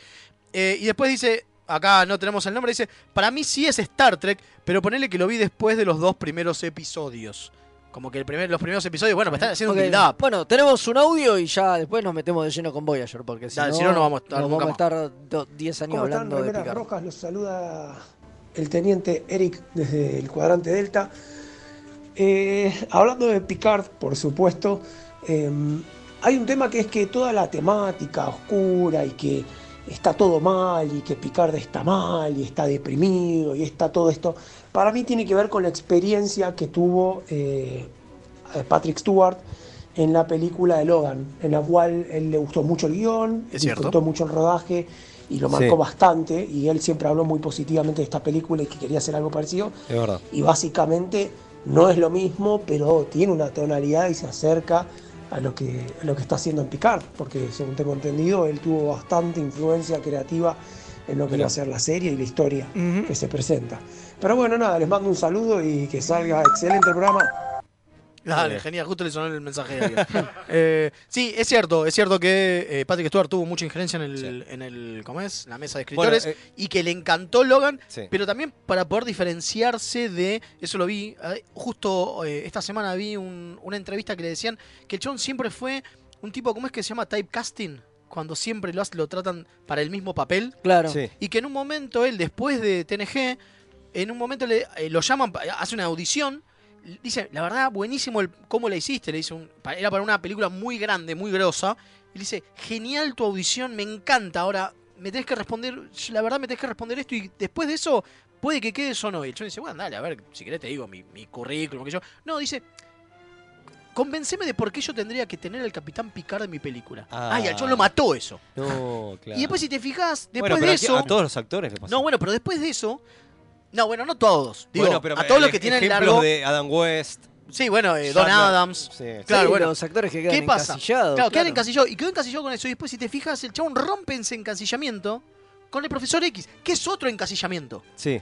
Speaker 4: Eh, y después dice, acá no tenemos el nombre, dice, para mí sí es Star Trek, pero ponele que lo vi después de los dos primeros episodios. Como que el primer, los primeros episodios, bueno, me están haciendo
Speaker 5: Ok,
Speaker 4: un build up.
Speaker 5: Bueno, tenemos un audio y ya después nos metemos de lleno con Voyager, porque si
Speaker 4: Dale,
Speaker 5: no,
Speaker 4: si no, no vamos a estar
Speaker 5: nos
Speaker 4: nunca
Speaker 5: vamos a estar do- 10 años
Speaker 8: ¿Cómo están,
Speaker 5: hablando de
Speaker 8: remeras
Speaker 5: Picard.
Speaker 8: rojas? Los saluda el teniente Eric desde el cuadrante Delta. Eh, hablando de Picard, por supuesto, eh, hay un tema que es que toda la temática oscura y que está todo mal y que Picard está mal y está deprimido y está todo esto, para mí tiene que ver con la experiencia que tuvo eh, Patrick Stewart en la película de Logan, en la cual él le gustó mucho el guión,
Speaker 4: Es cierto.
Speaker 8: disfrutó mucho el rodaje y lo marcó
Speaker 3: Sí.
Speaker 8: bastante y él siempre habló muy positivamente de esta película y que quería hacer algo parecido
Speaker 3: es verdad.
Speaker 8: y básicamente no es lo mismo, pero tiene una tonalidad y se acerca a lo que, a lo que está haciendo en Picard, porque según tengo entendido, él tuvo bastante influencia creativa en lo que
Speaker 3: Mirá.
Speaker 8: va a ser la serie y la historia
Speaker 5: Ujú.
Speaker 8: que se presenta. Pero bueno, nada, les mando un saludo y que salga excelente el programa.
Speaker 4: Dale,
Speaker 3: Bien.
Speaker 4: genial, justo le sonó el mensaje. a alguien. Eh, sí, es cierto, es cierto que eh, Patrick Stewart tuvo mucha injerencia en el,
Speaker 3: Sí.
Speaker 4: en el, ¿cómo es? La mesa de
Speaker 3: Bueno,
Speaker 4: escritores
Speaker 3: eh,
Speaker 4: y que le encantó Logan,
Speaker 3: sí.
Speaker 4: pero también para poder diferenciarse de, eso lo vi, eh, justo eh, esta semana vi un- una entrevista que le decían que el chabón siempre fue un tipo, ¿cómo es que se llama? Typecasting, cuando siempre lo, hace- lo tratan para el mismo papel
Speaker 5: Claro.
Speaker 3: Sí.
Speaker 4: y que en un momento él, después de TNG, en un momento le, eh, lo llaman, pa- hace una audición, dice, la verdad, buenísimo el, cómo la hiciste, le dice, un- pa- era para una película muy grande, muy grosa, y le dice, genial tu audición, me encanta, ahora me tenés que responder, la verdad me tenés que responder esto, y después de eso, puede que quedes o no. Y el chon dice, bueno, dale, a ver, si querés te digo mi, mi currículum, que yo... No, dice... Convenceme de por qué yo tendría que tener al Capitán Picard en mi película.
Speaker 3: Ah.
Speaker 4: Ay, al chon lo mató eso.
Speaker 3: No, claro.
Speaker 4: Y después si te fijas, después
Speaker 3: Bueno, pero
Speaker 4: de
Speaker 3: aquí
Speaker 4: eso...
Speaker 3: A todos los actores le pasó.
Speaker 4: No, bueno, pero después de eso. No, bueno, no todos. Digo,
Speaker 3: Bueno, pero
Speaker 4: a todos los
Speaker 3: ej-
Speaker 4: que tienen
Speaker 3: ejemplos
Speaker 4: largo.
Speaker 3: de Adam West.
Speaker 4: Sí, bueno, eh, Don
Speaker 3: Shatner.
Speaker 4: Adams.
Speaker 3: Sí.
Speaker 4: Claro,
Speaker 5: Sí,
Speaker 4: bueno.
Speaker 5: Los actores que quedan
Speaker 4: ¿Qué pasa?
Speaker 5: encasillados.
Speaker 4: Claro, quedan
Speaker 5: claro.
Speaker 4: encasillados. Y quedó encasillado con eso. Y después, si te fijas, el chabón rompe ese encasillamiento con el profesor X, que es otro encasillamiento.
Speaker 3: Sí,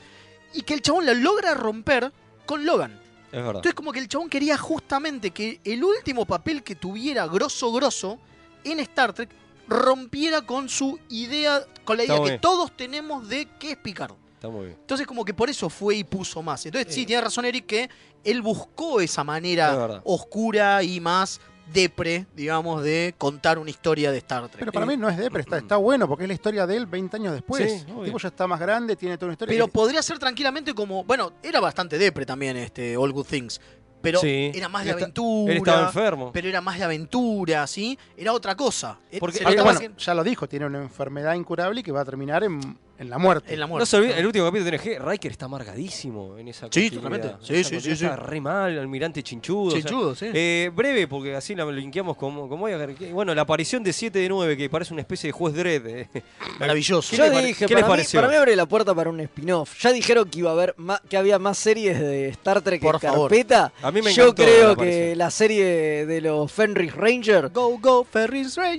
Speaker 4: Y que el chabón lo logra romper con Logan.
Speaker 3: es verdad.
Speaker 4: Entonces, como que el chabón quería justamente que el último papel que tuviera grosso, grosso, en Star Trek, rompiera con su idea, con la
Speaker 3: Está
Speaker 4: idea que
Speaker 3: bueno.
Speaker 4: todos tenemos de qué es Picard.
Speaker 3: Está muy bien.
Speaker 4: Entonces como que por eso fue y puso más. Entonces sí, tiene razón Eric que él buscó esa
Speaker 3: Es
Speaker 4: manera
Speaker 3: verdad.
Speaker 4: oscura y más depre, digamos, de contar una historia de Star Trek.
Speaker 6: Pero para mí no es depre, está, está bueno porque es la historia de él 20 años después.
Speaker 3: Mm. Sí,
Speaker 6: el
Speaker 3: obvio.
Speaker 6: tipo ya está más grande, tiene toda una historia.
Speaker 4: Pero
Speaker 6: Y-
Speaker 4: podría ser tranquilamente como, bueno, era bastante depre también este All Good Things, pero
Speaker 3: Sí.
Speaker 4: era más
Speaker 3: Él
Speaker 4: de
Speaker 3: está-
Speaker 4: aventura.
Speaker 3: Él estaba enfermo.
Speaker 4: Pero era más de aventura, ¿sí? Era otra cosa. Eh,
Speaker 3: Porque-
Speaker 4: se
Speaker 6: Ah,
Speaker 4: notaba
Speaker 6: bueno,
Speaker 4: que-
Speaker 6: ya lo dijo, tiene una enfermedad incurable y que va a terminar en en la muerte.
Speaker 4: En la
Speaker 3: No
Speaker 4: muerte.
Speaker 3: se olviden, el último capítulo de TNG, Riker está amargadísimo en esa
Speaker 4: Sí,
Speaker 3: continuidad.
Speaker 4: totalmente. Sí,
Speaker 3: Esa
Speaker 4: sí, sí,
Speaker 3: continuidad
Speaker 4: sí.
Speaker 3: Está re mal, almirante chinchudo. o sea,
Speaker 4: Chinchudo, sí.
Speaker 3: eh, breve, porque así la linkeamos como, como Voyager. Que- Bueno, la aparición de 7 de 9, que parece una especie de juez Dredd. eh.
Speaker 4: Maravilloso.
Speaker 3: ¿Qué
Speaker 5: Yo
Speaker 3: le pare-
Speaker 5: dije,
Speaker 3: qué le
Speaker 5: para, mí,
Speaker 3: pareció?
Speaker 5: para mí abre la puerta para un spin-off. Ya dijeron que iba a haber ma- que había más series de Star Trek
Speaker 4: Por
Speaker 5: en
Speaker 4: favor.
Speaker 5: carpeta.
Speaker 3: A mí me
Speaker 5: Yo
Speaker 3: encantó
Speaker 5: creo
Speaker 3: la
Speaker 5: que
Speaker 3: aparición.
Speaker 5: la serie de los Fenris Ranger
Speaker 4: Go, go, Ferris Ranger.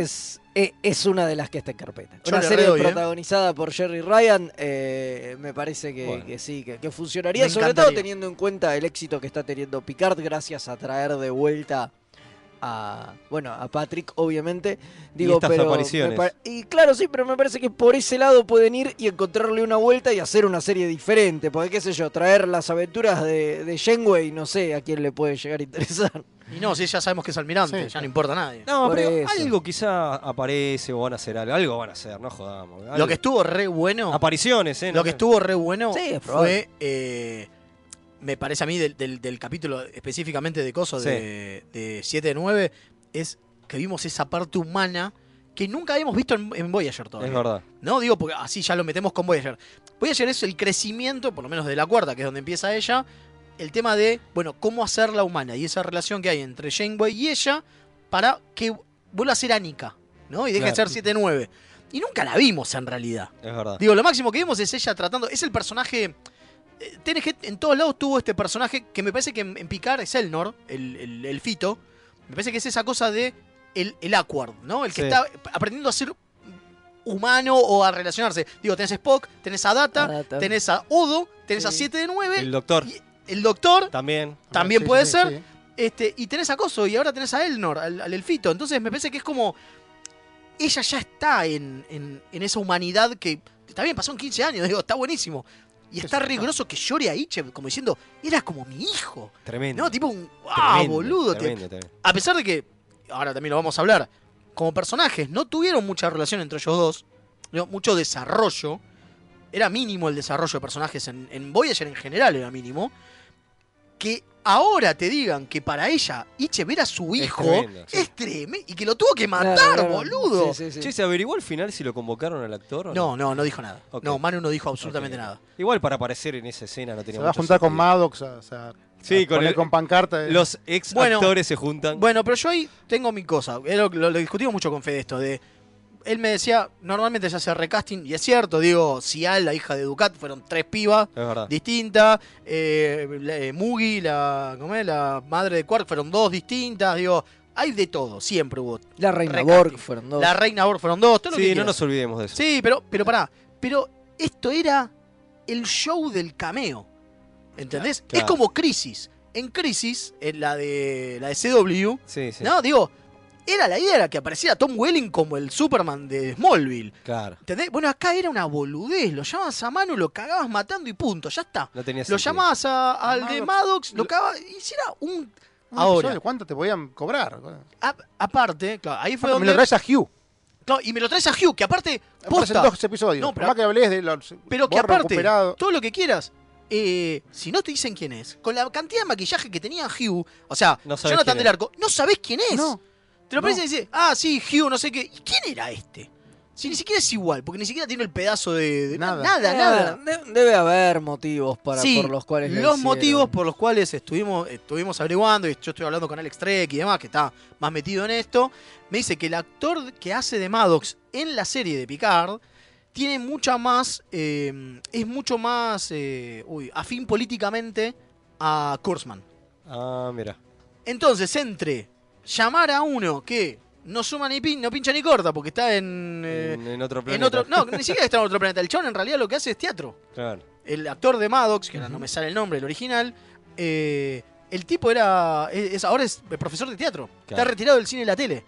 Speaker 5: es, e- es una de las que está en carpeta.
Speaker 4: Yo
Speaker 5: una
Speaker 4: le
Speaker 5: serie
Speaker 4: redoy, ¿eh?
Speaker 5: protagonizada por Jerry Ryan, eh, me parece que,
Speaker 3: Bueno.
Speaker 5: que sí, que, que funcionaría,
Speaker 4: Me
Speaker 5: sobre todo
Speaker 4: encantaría.
Speaker 5: teniendo en cuenta el éxito que está teniendo Picard gracias a traer de vuelta a bueno a Patrick obviamente digo
Speaker 3: estas
Speaker 5: pero me
Speaker 3: apariciones.
Speaker 5: pa- y claro sí pero me parece que por ese lado pueden ir y encontrarle una vuelta y hacer una serie diferente porque qué sé yo traer las aventuras de, de Janeway no sé a quién le puede llegar a interesar
Speaker 4: Y no, sí, ya sabemos que es almirante,
Speaker 6: Sí.
Speaker 4: ya no importa a nadie.
Speaker 3: No,
Speaker 5: Por
Speaker 3: pero
Speaker 5: eso.
Speaker 3: algo quizá aparece o van a hacer algo. Algo van a hacer, no jodamos. algo.
Speaker 4: Lo que estuvo re bueno.
Speaker 3: Apariciones, ¿eh?
Speaker 4: Lo que estuvo re bueno
Speaker 5: Sí, es
Speaker 4: fue,
Speaker 5: probable.
Speaker 4: eh, me parece a mí, del, del- del capítulo específicamente de Coso
Speaker 3: Sí.
Speaker 4: de, de 7-9, es que vimos esa parte humana que nunca habíamos visto en, en Voyager
Speaker 3: Es
Speaker 4: todavía.
Speaker 3: verdad.
Speaker 4: No, digo, porque así ya lo metemos con Voyager. Voyager es el crecimiento, por lo menos de la cuarta, que es donde empieza ella, el tema de, bueno, cómo hacerla humana y esa relación que hay entre Janeway y ella para que vuelva a ser Anika, ¿no? Y deje
Speaker 3: Claro.
Speaker 4: de ser 7-9. Y nunca la vimos en realidad.
Speaker 3: Es verdad.
Speaker 4: Digo, lo máximo que vimos es ella tratando. Es el personaje. eh, TNG en todos lados tuvo este personaje que me parece que en, en Picard es Elnor, el, el, el fito. Me parece que es esa cosa de el, el awkward, ¿no? El que
Speaker 3: Sí.
Speaker 4: está aprendiendo a ser humano o a relacionarse. Digo, tenés a Spock, tenés a Data,
Speaker 5: A Data.
Speaker 4: tenés a Odo, tenés a
Speaker 5: Sí.
Speaker 4: 7 de 9,
Speaker 3: El
Speaker 4: el,
Speaker 3: doctor
Speaker 4: y- doctor,
Speaker 3: también.
Speaker 4: También
Speaker 6: Ah, Sí,
Speaker 4: puede
Speaker 6: sí,
Speaker 4: ser.
Speaker 6: sí.
Speaker 4: este, y tenés a Coso, y ahora tenés a Elnor, al, al elfito. Entonces me parece que es como. Ella ya está en, en- en esa humanidad que. Está bien, pasaron 15 años, digo, está buenísimo. Y está
Speaker 6: sí,
Speaker 4: riguroso que llore ahí, che, como diciendo, eras como mi hijo.
Speaker 3: Tremendo.
Speaker 4: No, tipo un. ¡Ah,
Speaker 3: Tremendo,
Speaker 4: boludo! te-
Speaker 3: tremendo, tremendo.
Speaker 4: a pesar de que, ahora también lo vamos a hablar, como personajes no tuvieron mucha relación entre ellos dos, no, mucho desarrollo, era mínimo el desarrollo de personajes en, en Voyager en general, era mínimo, que ahora te digan que para ella Ichev era su
Speaker 3: Es
Speaker 4: hijo,
Speaker 3: tremendo, sí.
Speaker 4: es tremendo, y que lo tuvo que matar,
Speaker 5: Claro, claro.
Speaker 4: boludo.
Speaker 5: Sí, sí, sí.
Speaker 3: Che, ¿se averiguó al final si lo convocaron al actor? o
Speaker 4: No, no, no dijo nada.
Speaker 3: Ok.
Speaker 4: No, Manu no dijo absolutamente
Speaker 3: Ok.
Speaker 4: nada.
Speaker 3: Igual para aparecer en esa escena no tenía
Speaker 6: Se va a
Speaker 3: mucho
Speaker 6: juntar con
Speaker 3: sentido.
Speaker 6: Maddox, o sea,
Speaker 3: Sí,
Speaker 6: a
Speaker 3: con
Speaker 6: poner
Speaker 3: el-
Speaker 6: con pancarta. eh.
Speaker 3: Los ex
Speaker 4: Bueno,
Speaker 3: actores se juntan.
Speaker 4: Bueno, pero yo ahí tengo mi cosa. eh, Lo, lo- lo discutimos mucho con Fede esto de. Él me decía, normalmente se hace recasting, y es cierto, digo, Sial, la hija de Ducat, fueron tres pibas
Speaker 3: es verdad.
Speaker 4: distintas, eh, la- eh, Mugi, la, ¿cómo es? la madre de Quark, fueron dos distintas, digo, hay de todo, siempre hubo.
Speaker 5: la reina
Speaker 4: Recasting.
Speaker 5: Borg fueron dos
Speaker 4: La reina Borg fueron dos, todo lo que
Speaker 3: Sí, no
Speaker 4: quieras.
Speaker 3: nos olvidemos de eso.
Speaker 4: Sí, pero, pero pará, pero esto era el show del cameo, ¿entendés?
Speaker 3: Claro.
Speaker 4: Es como Crisis, en Crisis, en la de, la de CW,
Speaker 3: Sí, sí.
Speaker 4: no, digo, era la idea era que apareciera Tom Welling como el Superman de Smallville.
Speaker 3: Claro.
Speaker 4: ¿Entendés? Bueno, acá era una boludez. Lo llamabas a mano, lo cagabas matando y punto, ya está.
Speaker 3: No tenía
Speaker 4: Lo
Speaker 3: sentido.
Speaker 4: llamabas a- al de
Speaker 6: Maddox.
Speaker 4: Maddox, lo
Speaker 6: Lo-
Speaker 4: cagabas. Hiciera un.
Speaker 6: Un
Speaker 4: Ahora.
Speaker 6: episodio, Ah, ¿Cuánto te podían cobrar?
Speaker 4: a- aparte, claro, ahí fue
Speaker 6: Me lo
Speaker 4: donde.
Speaker 6: traes a Hugh.
Speaker 4: claro, y me lo traes a Hugh, que aparte.
Speaker 6: Aparecen
Speaker 4: Posta,
Speaker 6: dos episodios.
Speaker 4: No,
Speaker 6: No,
Speaker 4: pero-
Speaker 6: pero más que hables de los
Speaker 4: pero que
Speaker 6: Borg
Speaker 4: aparte,
Speaker 6: recuperado.
Speaker 4: todo lo que quieras. eh, si no te dicen quién es, con la cantidad de maquillaje que tenía Hugh, o sea,
Speaker 3: No sabés
Speaker 4: Jonathan
Speaker 3: quién
Speaker 4: del
Speaker 3: es.
Speaker 4: Arco, no sabés quién es.
Speaker 6: No,
Speaker 4: Te lo aparece y dice, ah, sí, Hugh, no sé qué. ¿Y quién era este? Si ni siquiera es igual, porque ni siquiera tiene el pedazo de. de-
Speaker 6: Nada.
Speaker 4: Nada, nada.
Speaker 5: Eh, De- debe haber motivos para
Speaker 4: Sí,
Speaker 5: por los cuales la
Speaker 4: los
Speaker 5: hicieron.
Speaker 4: motivos por los cuales estuvimos, estuvimos averiguando, y yo estoy hablando con Alex Trek y demás, que está más metido en esto, me dice que el actor que hace de Maddox en la serie de Picard tiene mucha más, eh, es mucho más eh, uy, afín políticamente a Kurzman.
Speaker 3: Ah, mira.
Speaker 4: Entonces, entre llamar a uno que no suma ni pin, no pincha ni corta, porque está en, eh,
Speaker 3: en, en otro
Speaker 4: en
Speaker 3: planeta.
Speaker 4: otro, no, ni siquiera está en otro planeta, el chabón en realidad lo que hace es teatro
Speaker 3: Claro.
Speaker 4: el actor de Maddox, que ahora no me sale el nombre, el original, eh, el tipo era. es- es- ahora es profesor de teatro. Está
Speaker 3: Claro.
Speaker 4: retirado del cine y la tele.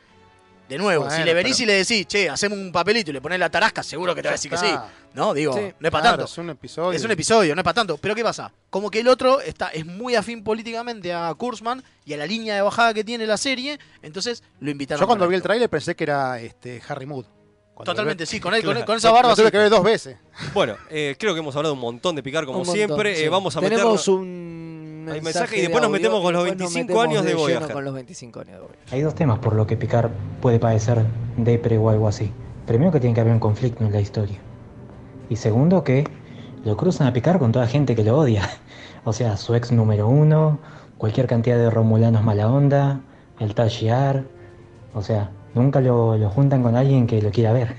Speaker 4: De nuevo,
Speaker 6: Bueno,
Speaker 4: si le venís
Speaker 6: pero-
Speaker 4: y le decís, che, hacemos un papelito y le ponés la tarasca, seguro que te va a decir que sí.
Speaker 6: Ah,
Speaker 4: No, digo,
Speaker 5: Sí,
Speaker 4: no es para
Speaker 6: claro,
Speaker 4: tanto.
Speaker 6: Es un episodio.
Speaker 4: Es un episodio, no es para tanto. Pero ¿qué pasa? Como que el otro está, es muy afín políticamente a Kurzman y a la línea de bajada que tiene la serie, entonces lo invitaron.
Speaker 6: Yo cuando
Speaker 4: para
Speaker 6: vi el
Speaker 4: esto.
Speaker 6: tráiler pensé que era este, Harry Mood. Cuando
Speaker 4: Totalmente, sí, con, él, con,
Speaker 3: Claro.
Speaker 4: con
Speaker 6: lo-
Speaker 4: esa barba.
Speaker 6: Lo tuve
Speaker 4: sí.
Speaker 6: que ver dos veces.
Speaker 3: Bueno, eh, creo que hemos hablado un montón de picar como
Speaker 5: Un montón,
Speaker 3: siempre. Eh,
Speaker 5: sí.
Speaker 3: vamos a
Speaker 5: Tenemos
Speaker 3: meternos.
Speaker 5: un
Speaker 3: Hay
Speaker 5: mensaje,
Speaker 3: mensaje y
Speaker 5: de
Speaker 3: después nos
Speaker 5: audio,
Speaker 3: metemos con los
Speaker 5: y después nos
Speaker 3: 25 años
Speaker 5: metemos
Speaker 3: de
Speaker 5: lleno
Speaker 3: Voyager.
Speaker 5: con los 25 años de Voyager.
Speaker 9: Hay dos temas por lo que Picard puede padecer de depre o algo así. Primero que tiene que haber un conflicto en la historia.
Speaker 10: Y segundo, que lo cruzan a picar con toda gente que lo odia. O sea, su ex número uno, cualquier cantidad de romulanos mala onda, el tal Shiar. O sea, nunca lo, lo juntan con alguien que lo quiera ver.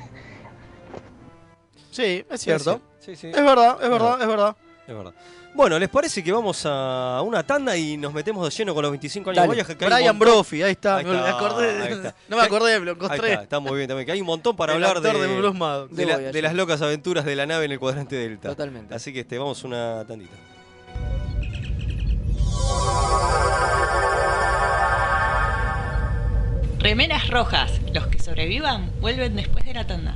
Speaker 4: Sí, es cierto.
Speaker 3: Sí, sí.
Speaker 4: Es verdad, es
Speaker 3: verdad.
Speaker 4: verdad, es verdad.
Speaker 3: Es verdad. Bueno, ¿les parece que vamos a una tanda y nos metemos de lleno con los 25 años de
Speaker 5: Dale.
Speaker 3: Voyager? Que hay un
Speaker 4: Brian
Speaker 3: montón-
Speaker 4: Brophy, ahí está.
Speaker 3: Ahí
Speaker 4: me
Speaker 3: está,
Speaker 4: acordé de-
Speaker 3: ahí está.
Speaker 4: No me acordé, me lo
Speaker 3: Ahí
Speaker 4: encontré.
Speaker 3: está, está muy bien también. Que hay un montón para
Speaker 4: El
Speaker 3: hablar
Speaker 4: actor de,
Speaker 3: de,
Speaker 4: Blues Mad.
Speaker 3: de la-
Speaker 5: De
Speaker 3: de las
Speaker 5: Voyager.
Speaker 3: locas aventuras de la nave en el cuadrante Delta.
Speaker 5: Totalmente.
Speaker 3: Así que este, vamos una tandita.
Speaker 11: Remeras rojas. Los que sobrevivan vuelven después de la tanda.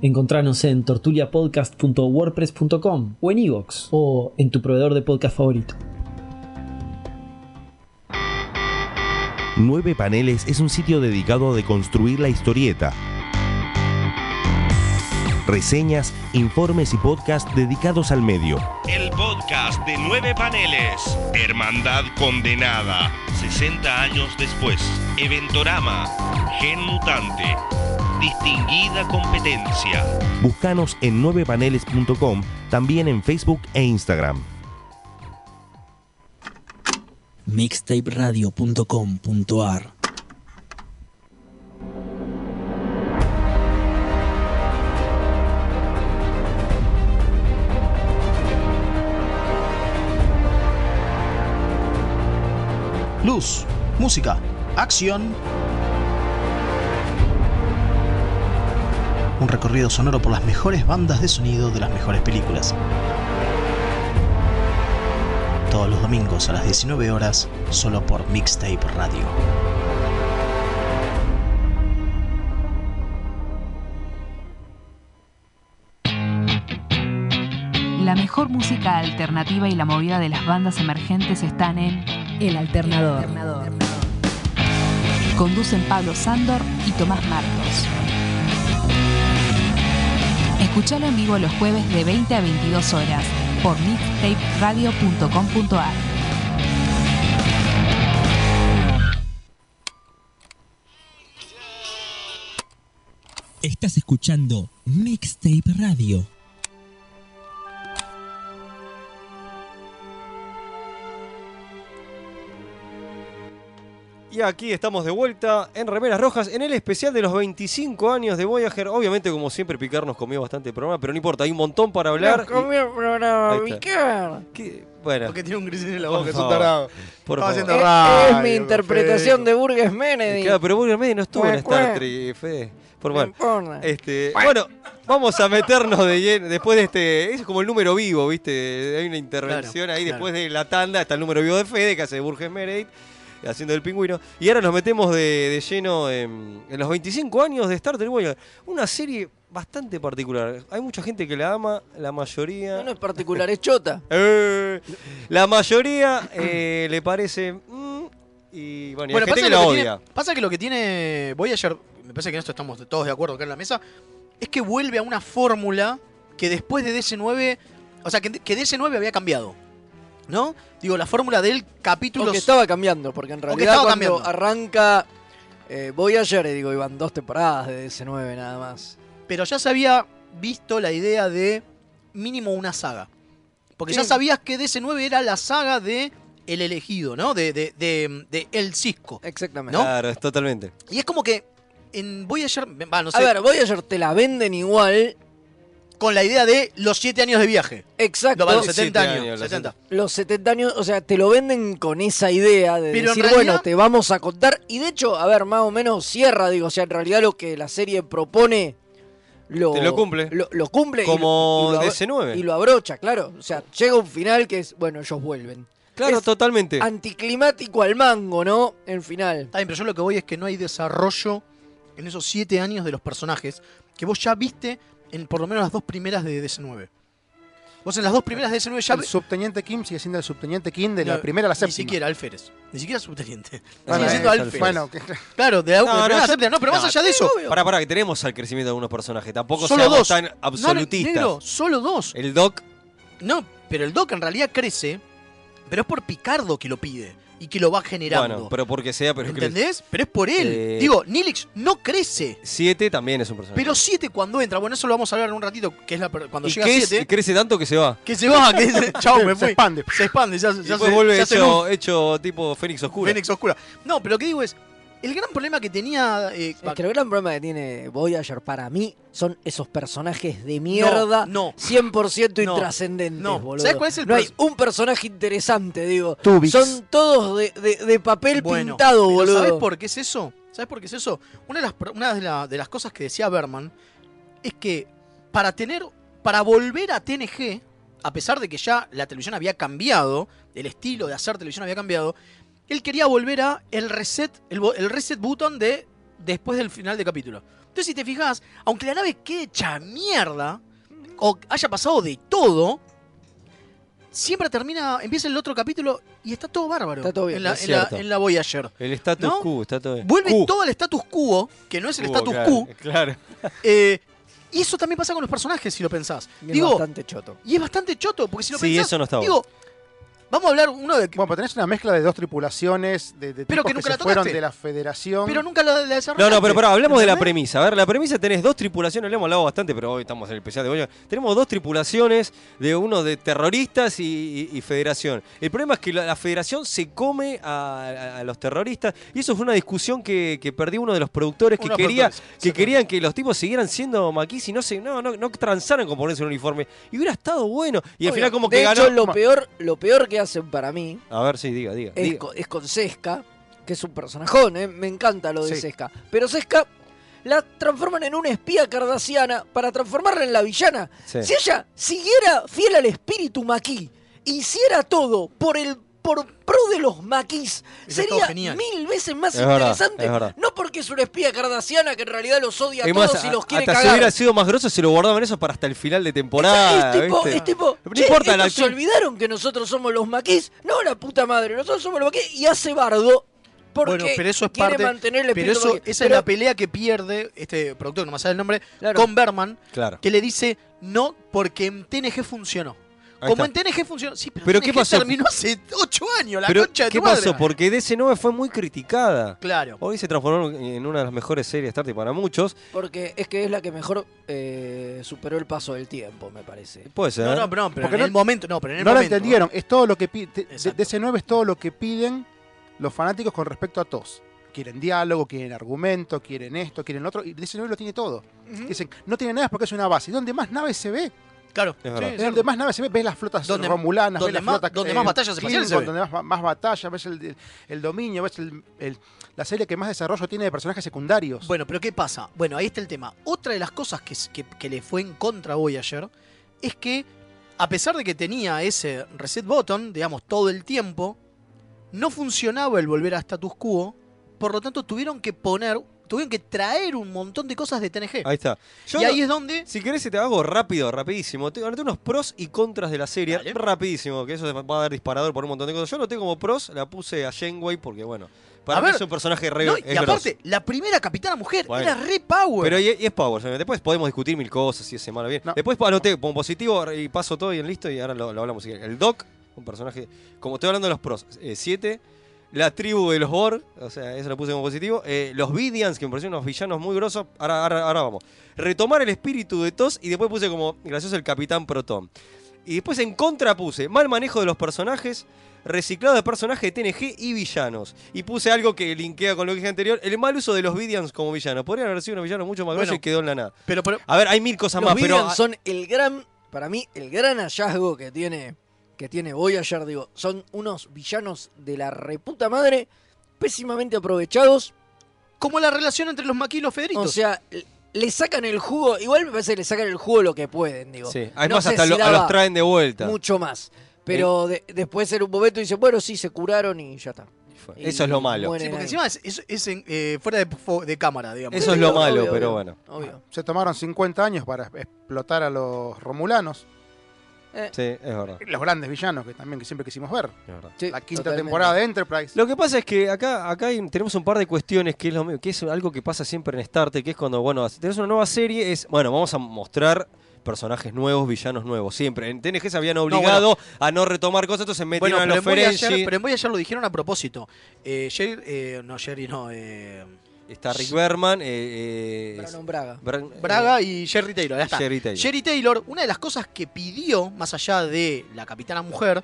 Speaker 8: Encontranos en tortuliapodcast.wordpress.com o en iVoox o en tu proveedor de podcast favorito.
Speaker 1: Nueve Paneles es un sitio dedicado a deconstruir la historieta. Reseñas, informes y podcast dedicados al medio. El podcast de Nueve Paneles. Hermandad Condenada. 60 años después. Eventorama. Gen Mutante. Distinguida competencia. Búscanos en 9paneles.com, también en Facebook e Instagram.
Speaker 8: mixtaperadio.com.ar
Speaker 12: Luz, música, acción. Un recorrido sonoro por las mejores bandas de sonido de las mejores películas. Todos los domingos a las 19 horas, solo por Mixtape Radio.
Speaker 2: La mejor música alternativa y la movida de las bandas emergentes están en El Alternador. Conducen Pablo Sándor y Tomás Marcos. Escuchalo en vivo los jueves de 20 a 22 horas por mixtaperadio.com.ar.
Speaker 8: Estás escuchando Mixtape Radio.
Speaker 3: Y aquí estamos de vuelta en Remeras Rojas, en el especial de los 25 años de Voyager. Obviamente, como siempre, Picar nos comió bastante programa, pero no importa, hay un montón para hablar.
Speaker 5: Nos comió el programa,
Speaker 3: Ahí está.
Speaker 5: Vicar.
Speaker 3: ¿Qué? Bueno,
Speaker 4: Porque tiene un gris en la
Speaker 3: Por
Speaker 4: boca, es un
Speaker 3: favor.
Speaker 4: tarado.
Speaker 3: Por
Speaker 4: Estaba
Speaker 3: favor.
Speaker 4: haciendo
Speaker 5: Es,
Speaker 4: radio,
Speaker 5: es mi
Speaker 4: Federico.
Speaker 5: interpretación de Burgess Meredith.
Speaker 3: claro, pero Burger Medio no estuvo en
Speaker 5: Cué,
Speaker 3: Star
Speaker 5: cué.
Speaker 3: Trek, Fede. Por
Speaker 5: No
Speaker 3: bueno.
Speaker 5: importa.
Speaker 3: Este, bueno, vamos a meternos de lleno. Después de este. Es como el número vivo, ¿viste? Hay una intervención
Speaker 4: Claro,
Speaker 3: ahí.
Speaker 4: claro.
Speaker 3: Después de la tanda está el número vivo de Fede, que hace Burgess Meredith, haciendo el pingüino. Y ahora nos metemos de, de lleno en, en los 25 años de Star Trek Voyager. Una serie bastante particular. Hay mucha gente que la ama, la mayoría.
Speaker 5: No, no es particular, es chota.
Speaker 3: Eh, la mayoría eh, le parece. mm, y bueno, y hay
Speaker 4: Bueno,
Speaker 3: gente
Speaker 4: pasa
Speaker 3: que
Speaker 4: que,
Speaker 3: la
Speaker 4: lo que
Speaker 3: odia.
Speaker 4: tiene, pasa que lo que tiene Voyager, me parece que en esto estamos todos de acuerdo acá en la mesa, es que vuelve a una fórmula que después de DC9, o sea, que, que DC9 había cambiado. ¿No? Digo, la fórmula del capítulo.
Speaker 5: Porque estaba cambiando, porque en
Speaker 4: O que
Speaker 5: realidad
Speaker 4: estaba
Speaker 5: cuando
Speaker 4: cambiando.
Speaker 5: arranca eh, Voyager, eh, digo, iban dos temporadas de DC9 nada más.
Speaker 4: Pero ya se había visto la idea de mínimo una saga. Porque ya
Speaker 5: Sí.
Speaker 4: sabías que DC9 era la saga de El elegido, ¿no? De, de, de- de El Cisco.
Speaker 5: Exactamente.
Speaker 4: ¿No?
Speaker 3: Claro, es totalmente.
Speaker 4: Y es como que en Voyager. va, no sé,
Speaker 5: A ver, Voyager te la venden igual.
Speaker 4: con la idea de los 7 años de viaje.
Speaker 5: Exacto.
Speaker 4: No, va, los
Speaker 3: Siete
Speaker 4: 70 años.
Speaker 3: años, los
Speaker 4: 70.
Speaker 5: Los 70 años, o sea, te lo venden con esa idea de
Speaker 4: Pero en
Speaker 5: decir,
Speaker 4: realidad-
Speaker 5: bueno, te vamos a contar. Y de hecho, a ver, más o menos cierra, digo, o sea, en realidad lo que la serie propone lo,
Speaker 3: Te lo cumple.
Speaker 5: Lo, lo cumple. y lo-
Speaker 3: Como
Speaker 5: y lo abro-
Speaker 3: DC9.
Speaker 5: Y lo abrocha, claro. O sea, llega un final que es, bueno, ellos vuelven.
Speaker 3: Claro,
Speaker 5: Es
Speaker 3: totalmente.
Speaker 5: Anticlimático al mango, ¿no? El final.
Speaker 4: Está bien, pero yo lo que voy es que no hay desarrollo en esos 7 años de los personajes. que vos ya viste en por lo menos las dos primeras de DC9. Vos en las dos primeras de DC9 ya
Speaker 6: El
Speaker 4: ve-
Speaker 6: subteniente Kim sigue siendo el subteniente Kim Ah, de
Speaker 4: No,
Speaker 6: la primera a la séptima.
Speaker 4: Ni siquiera alférez. Ni siquiera subteniente.
Speaker 6: Bueno,
Speaker 4: Sigue siendo
Speaker 6: es
Speaker 4: alférez.
Speaker 6: Bueno, que-
Speaker 4: claro, de la de la primera a la séptima. No, pero más allá de eso.
Speaker 3: Para, para, que tenemos al crecimiento de algunos personajes. Tampoco
Speaker 4: Solo
Speaker 3: seamos
Speaker 4: dos.
Speaker 3: tan
Speaker 4: No,
Speaker 3: absolutistas. Eh.
Speaker 4: negro, solo dos.
Speaker 3: El Doc.
Speaker 4: No, pero el Doc en realidad crece, pero es por Picardo que lo pide y que lo va generando.
Speaker 3: Bueno, pero porque sea, pero creo-
Speaker 4: ¿Entendés? Pero es por él.
Speaker 3: Eh,
Speaker 4: Digo, Nilix no crece.
Speaker 3: Siete también es un personaje.
Speaker 4: Pero 7 cuando entra, bueno, eso lo vamos a hablar en un ratito, que es la per- cuando
Speaker 3: y
Speaker 4: llega
Speaker 3: crece-
Speaker 4: 7,
Speaker 3: crece tanto que se va.
Speaker 4: que se va, que dice, chao, me
Speaker 6: Se
Speaker 4: fui.
Speaker 6: expande.
Speaker 4: Se expande, ya, ya
Speaker 3: Y después
Speaker 4: se
Speaker 3: vuelve
Speaker 4: ya se
Speaker 3: hecho,
Speaker 4: nu-
Speaker 3: hecho tipo Fénix Oscura.
Speaker 4: Fénix Oscura. No, pero lo que digo es, el gran problema que tenía... eh,
Speaker 5: Es que el gran problema que tiene Voyager para mí son esos personajes de mierda
Speaker 4: no.
Speaker 5: 100%
Speaker 4: No,
Speaker 5: intrascendentes,
Speaker 4: no.
Speaker 5: boludo.
Speaker 4: ¿Sabés cuál es el
Speaker 5: no hay
Speaker 4: pers-
Speaker 5: un personaje interesante, digo.
Speaker 6: Tubix.
Speaker 5: Son todos de, de- de papel
Speaker 4: Bueno,
Speaker 5: pintado,
Speaker 4: pero
Speaker 5: boludo.
Speaker 4: ¿Sabes por qué es eso? ¿Sabes por qué es eso? Una de las, pro- una de, la- de las cosas que decía Berman es que para tener, para volver a TNG, a pesar de que ya la televisión había cambiado, el estilo de hacer televisión había cambiado, él quería volver a el reset, el, bo- el reset button de después del final de capítulo. Entonces, si te fijas, aunque la nave quede hecha mierda, o haya pasado de todo, siempre termina, empieza el otro capítulo y está todo bárbaro.
Speaker 5: Está todo bien.
Speaker 4: En la,
Speaker 3: Es
Speaker 4: en la-
Speaker 3: cierto.
Speaker 4: en la Voyager.
Speaker 3: El status
Speaker 4: ¿No?
Speaker 3: quo, está todo bien.
Speaker 4: Vuelve
Speaker 3: Q.
Speaker 4: todo el status quo, que no es el
Speaker 3: Quo,
Speaker 4: status
Speaker 3: claro,
Speaker 4: quo.
Speaker 3: Claro.
Speaker 4: eh, y eso también pasa con los personajes, si lo pensás.
Speaker 5: Y es
Speaker 4: Digo,
Speaker 5: bastante choto.
Speaker 4: y es bastante choto, porque si lo
Speaker 3: Sí,
Speaker 4: pensás,
Speaker 3: eso no está
Speaker 4: digo, vamos a hablar uno de...
Speaker 6: Bueno, pero tenés una mezcla de dos tripulaciones, de, de
Speaker 4: Pero
Speaker 6: tipos
Speaker 4: que nunca la
Speaker 6: se fueron
Speaker 4: tocaste.
Speaker 6: de la federación.
Speaker 4: Pero nunca la, la
Speaker 3: No,
Speaker 4: desarrollaste.
Speaker 3: no, pero pará, hablemos de la
Speaker 4: ¿entendés?
Speaker 3: premisa. A ver, la premisa tenés dos tripulaciones, lo hemos hablado bastante, pero hoy estamos en el especial de Voyager. Tenemos dos tripulaciones de uno de terroristas y, y- y federación. El problema es que la, la federación se come a, a- a los terroristas y eso fue una discusión que, que perdió uno de los productores que
Speaker 4: Uno de los
Speaker 3: quería
Speaker 4: productores,
Speaker 3: que querían que los tipos siguieran siendo maquis y no se no, no, no transaran con ponerse un uniforme. Y hubiera estado bueno. Y al
Speaker 5: Obvio.
Speaker 3: final como
Speaker 5: de
Speaker 3: que
Speaker 5: hecho,
Speaker 3: ganó...
Speaker 5: lo peor, lo peor que hacen para mí
Speaker 3: A ver, sí, diga, diga.
Speaker 5: es,
Speaker 3: diga.
Speaker 5: co- es con Sesca, que es un personajón, ¿eh? me encanta lo de
Speaker 6: Sí.
Speaker 5: Sesca. Pero Sesca la transforman en una espía cardasiana para transformarla en la villana.
Speaker 3: Sí.
Speaker 5: Si ella siguiera fiel al espíritu maquis, hiciera todo por el por pro de los maquis,
Speaker 4: Hubiera
Speaker 5: sería
Speaker 4: estado genial.
Speaker 5: mil veces más
Speaker 3: Es verdad,
Speaker 5: interesante.
Speaker 3: es verdad.
Speaker 5: no porque es una espía cardasiana que en realidad los odia a
Speaker 3: Es
Speaker 5: todos
Speaker 3: más,
Speaker 5: y
Speaker 3: a-
Speaker 5: los quiere
Speaker 3: hasta si
Speaker 5: cagar.
Speaker 3: hubiera sido más grosso, se lo guardaban eso para hasta el final de
Speaker 4: Ah,
Speaker 3: temporada.
Speaker 5: es tipo, este,
Speaker 3: ¿viste?
Speaker 5: es tipo,
Speaker 3: No
Speaker 5: "Che,
Speaker 3: importa la
Speaker 5: estos se
Speaker 3: actriz.
Speaker 5: olvidaron que nosotros somos los maquis. No, la puta madre, nosotros somos los maquis y hace bardo porque
Speaker 4: Bueno, pero eso es
Speaker 5: quiere
Speaker 4: parte...
Speaker 5: mantener el
Speaker 4: pero
Speaker 5: espíritu
Speaker 4: eso,
Speaker 5: maquis.
Speaker 4: esa
Speaker 5: Pero
Speaker 4: es la pelea que pierde este productor, no me sale el nombre,
Speaker 5: Claro.
Speaker 4: con Berman,
Speaker 3: Claro.
Speaker 4: que le dice no porque en TNG funcionó.
Speaker 3: Ahí
Speaker 4: Como en
Speaker 3: está.
Speaker 4: TNG funcionó. Sí, pero,
Speaker 3: Pero
Speaker 4: TNG
Speaker 3: ¿qué pasó?
Speaker 4: terminó hace 8 años, la
Speaker 3: Pero,
Speaker 4: concha de
Speaker 3: ¿qué
Speaker 4: tu madre.
Speaker 3: pasó? ¿Eh? Porque DC9 fue muy criticada.
Speaker 4: Claro.
Speaker 3: Hoy se transformó en una de las mejores series tarde para muchos.
Speaker 5: Porque es que es la que mejor eh, superó el paso del tiempo, me parece.
Speaker 3: Puede ser. ¿eh?
Speaker 4: No, no, pero, no, pero
Speaker 6: Porque
Speaker 4: en
Speaker 6: no-
Speaker 4: el momento, no, pero en el
Speaker 6: no lo
Speaker 4: momento.
Speaker 6: entendieron. Es todo lo que pi- de- de-
Speaker 4: Exacto.
Speaker 6: DC9 es todo lo que piden los fanáticos con respecto a TOS. Quieren diálogo, quieren argumento, quieren esto, quieren lo otro. Y DC9 lo tiene todo.
Speaker 4: Mm.
Speaker 6: Dicen, no tiene naves porque es una base. ¿Y donde más naves se ve?
Speaker 4: Claro.
Speaker 3: Es verdad.
Speaker 6: Es donde más naves se ve, ves las flotas
Speaker 4: Donde-
Speaker 6: romulanas,
Speaker 4: donde
Speaker 6: ves las
Speaker 4: más-
Speaker 6: flotas,
Speaker 4: donde más batallas espaciales se
Speaker 6: Klingon,
Speaker 4: ven.
Speaker 6: donde más, más batallas, ves el, el dominio, ves el- el- la serie que más desarrollo tiene de personajes secundarios.
Speaker 5: Pues.
Speaker 4: Bueno, pero ¿qué pasa? Bueno, ahí está el tema. Otra de las cosas que, es- que, que le fue en contra a Voyager es que, a pesar de que tenía ese reset button, digamos, todo el tiempo, no funcionaba el volver a status quo, por lo tanto tuvieron que poner, tuvieron que traer un montón de cosas de TNG.
Speaker 3: Ahí está. Yo
Speaker 4: y
Speaker 3: no-
Speaker 4: ahí es donde...
Speaker 3: Si querés, te hago rápido, rapidísimo. Te anoté unos pros y contras de la serie.
Speaker 4: Dale.
Speaker 3: Rapidísimo, que eso te va a dar disparador por un montón de cosas. Yo noté como pros, la puse a Janeway porque, bueno, para
Speaker 4: A
Speaker 3: mí
Speaker 4: ver,
Speaker 3: es un personaje re
Speaker 4: No,
Speaker 3: es
Speaker 4: y aparte, la primera capitana mujer
Speaker 3: Bueno.
Speaker 4: era re power.
Speaker 3: Pero y, y es Power. señor. Después podemos discutir mil cosas, si es malo o bien.
Speaker 6: No.
Speaker 3: Después anoté como positivo y paso todo bien listo y ahora lo, lo hablamos. El Doc, un personaje, como estoy hablando de los pros, 7. la tribu de los Borg, o sea, eso lo puse como positivo. Eh, los Vidians, que me parecieron unos villanos muy grosos. Ahora, ahora, ahora vamos. Retomar el espíritu de Tos y después puse como gracioso el Capitán Proton. Y después en contra puse mal manejo de los personajes, reciclado de personajes de TNG y villanos. Y puse algo que linkea con lo que dije anterior, el mal uso de los Vidians como villanos. Podrían haber sido unos villanos mucho más
Speaker 4: Bueno.
Speaker 3: grosos y quedó en la nada.
Speaker 4: pero, pero-
Speaker 3: A ver, hay mil cosas
Speaker 5: Los
Speaker 3: más, pero...
Speaker 5: Vivian son el gran, para mí, el gran hallazgo que tiene, que tiene Voyager, digo, son unos villanos de la reputa madre, pésimamente aprovechados.
Speaker 4: como la relación entre los Maquis y los Federitos.
Speaker 5: O sea, l- le sacan el jugo, igual me parece que le sacan el jugo lo que pueden, digo.
Speaker 3: Sí, además
Speaker 5: No sé
Speaker 3: hasta
Speaker 5: si
Speaker 3: lo- a
Speaker 5: daba
Speaker 3: los traen de vuelta.
Speaker 5: Mucho más. Pero de- después en un momento dicen, bueno, sí, se curaron y ya está.
Speaker 3: Fue- Eso es lo malo.
Speaker 4: Sí,
Speaker 5: eh.
Speaker 4: porque encima es, es- es en- eh, fuera de, fo- de cámara, digamos.
Speaker 3: Eso es lo malo, pero bueno. Ah,
Speaker 6: Se tomaron 50 años para explotar a los romulanos,
Speaker 3: Sí, es verdad.
Speaker 6: los grandes villanos que también que siempre quisimos ver.
Speaker 3: es verdad.
Speaker 6: la quinta
Speaker 3: totalmente.
Speaker 6: temporada de Enterprise.
Speaker 3: Lo que pasa es que acá, acá hay- tenemos un par de cuestiones que es, lo mi- que es algo que pasa siempre en Star Trek, que es cuando, bueno, hace- tenés una nueva serie, es, bueno, vamos a mostrar personajes nuevos, villanos nuevos, siempre. En TNG se habían obligado a no retomar cosas, entonces
Speaker 4: Bueno,
Speaker 3: metieron a
Speaker 4: pero
Speaker 3: los
Speaker 4: en, Voyager-
Speaker 3: Ferengi.
Speaker 4: pero en Voyager lo dijeron a propósito. Eh, Jerry, eh, no, Jerry no. eh,
Speaker 3: Está Rick Berman, eh, eh,
Speaker 5: Braga.
Speaker 3: Bran-
Speaker 4: Braga y Jerry Taylor. ya está.
Speaker 3: Eh, Jerry Taylor.
Speaker 4: Taylor, una de las cosas que pidió, más allá de la capitana mujer,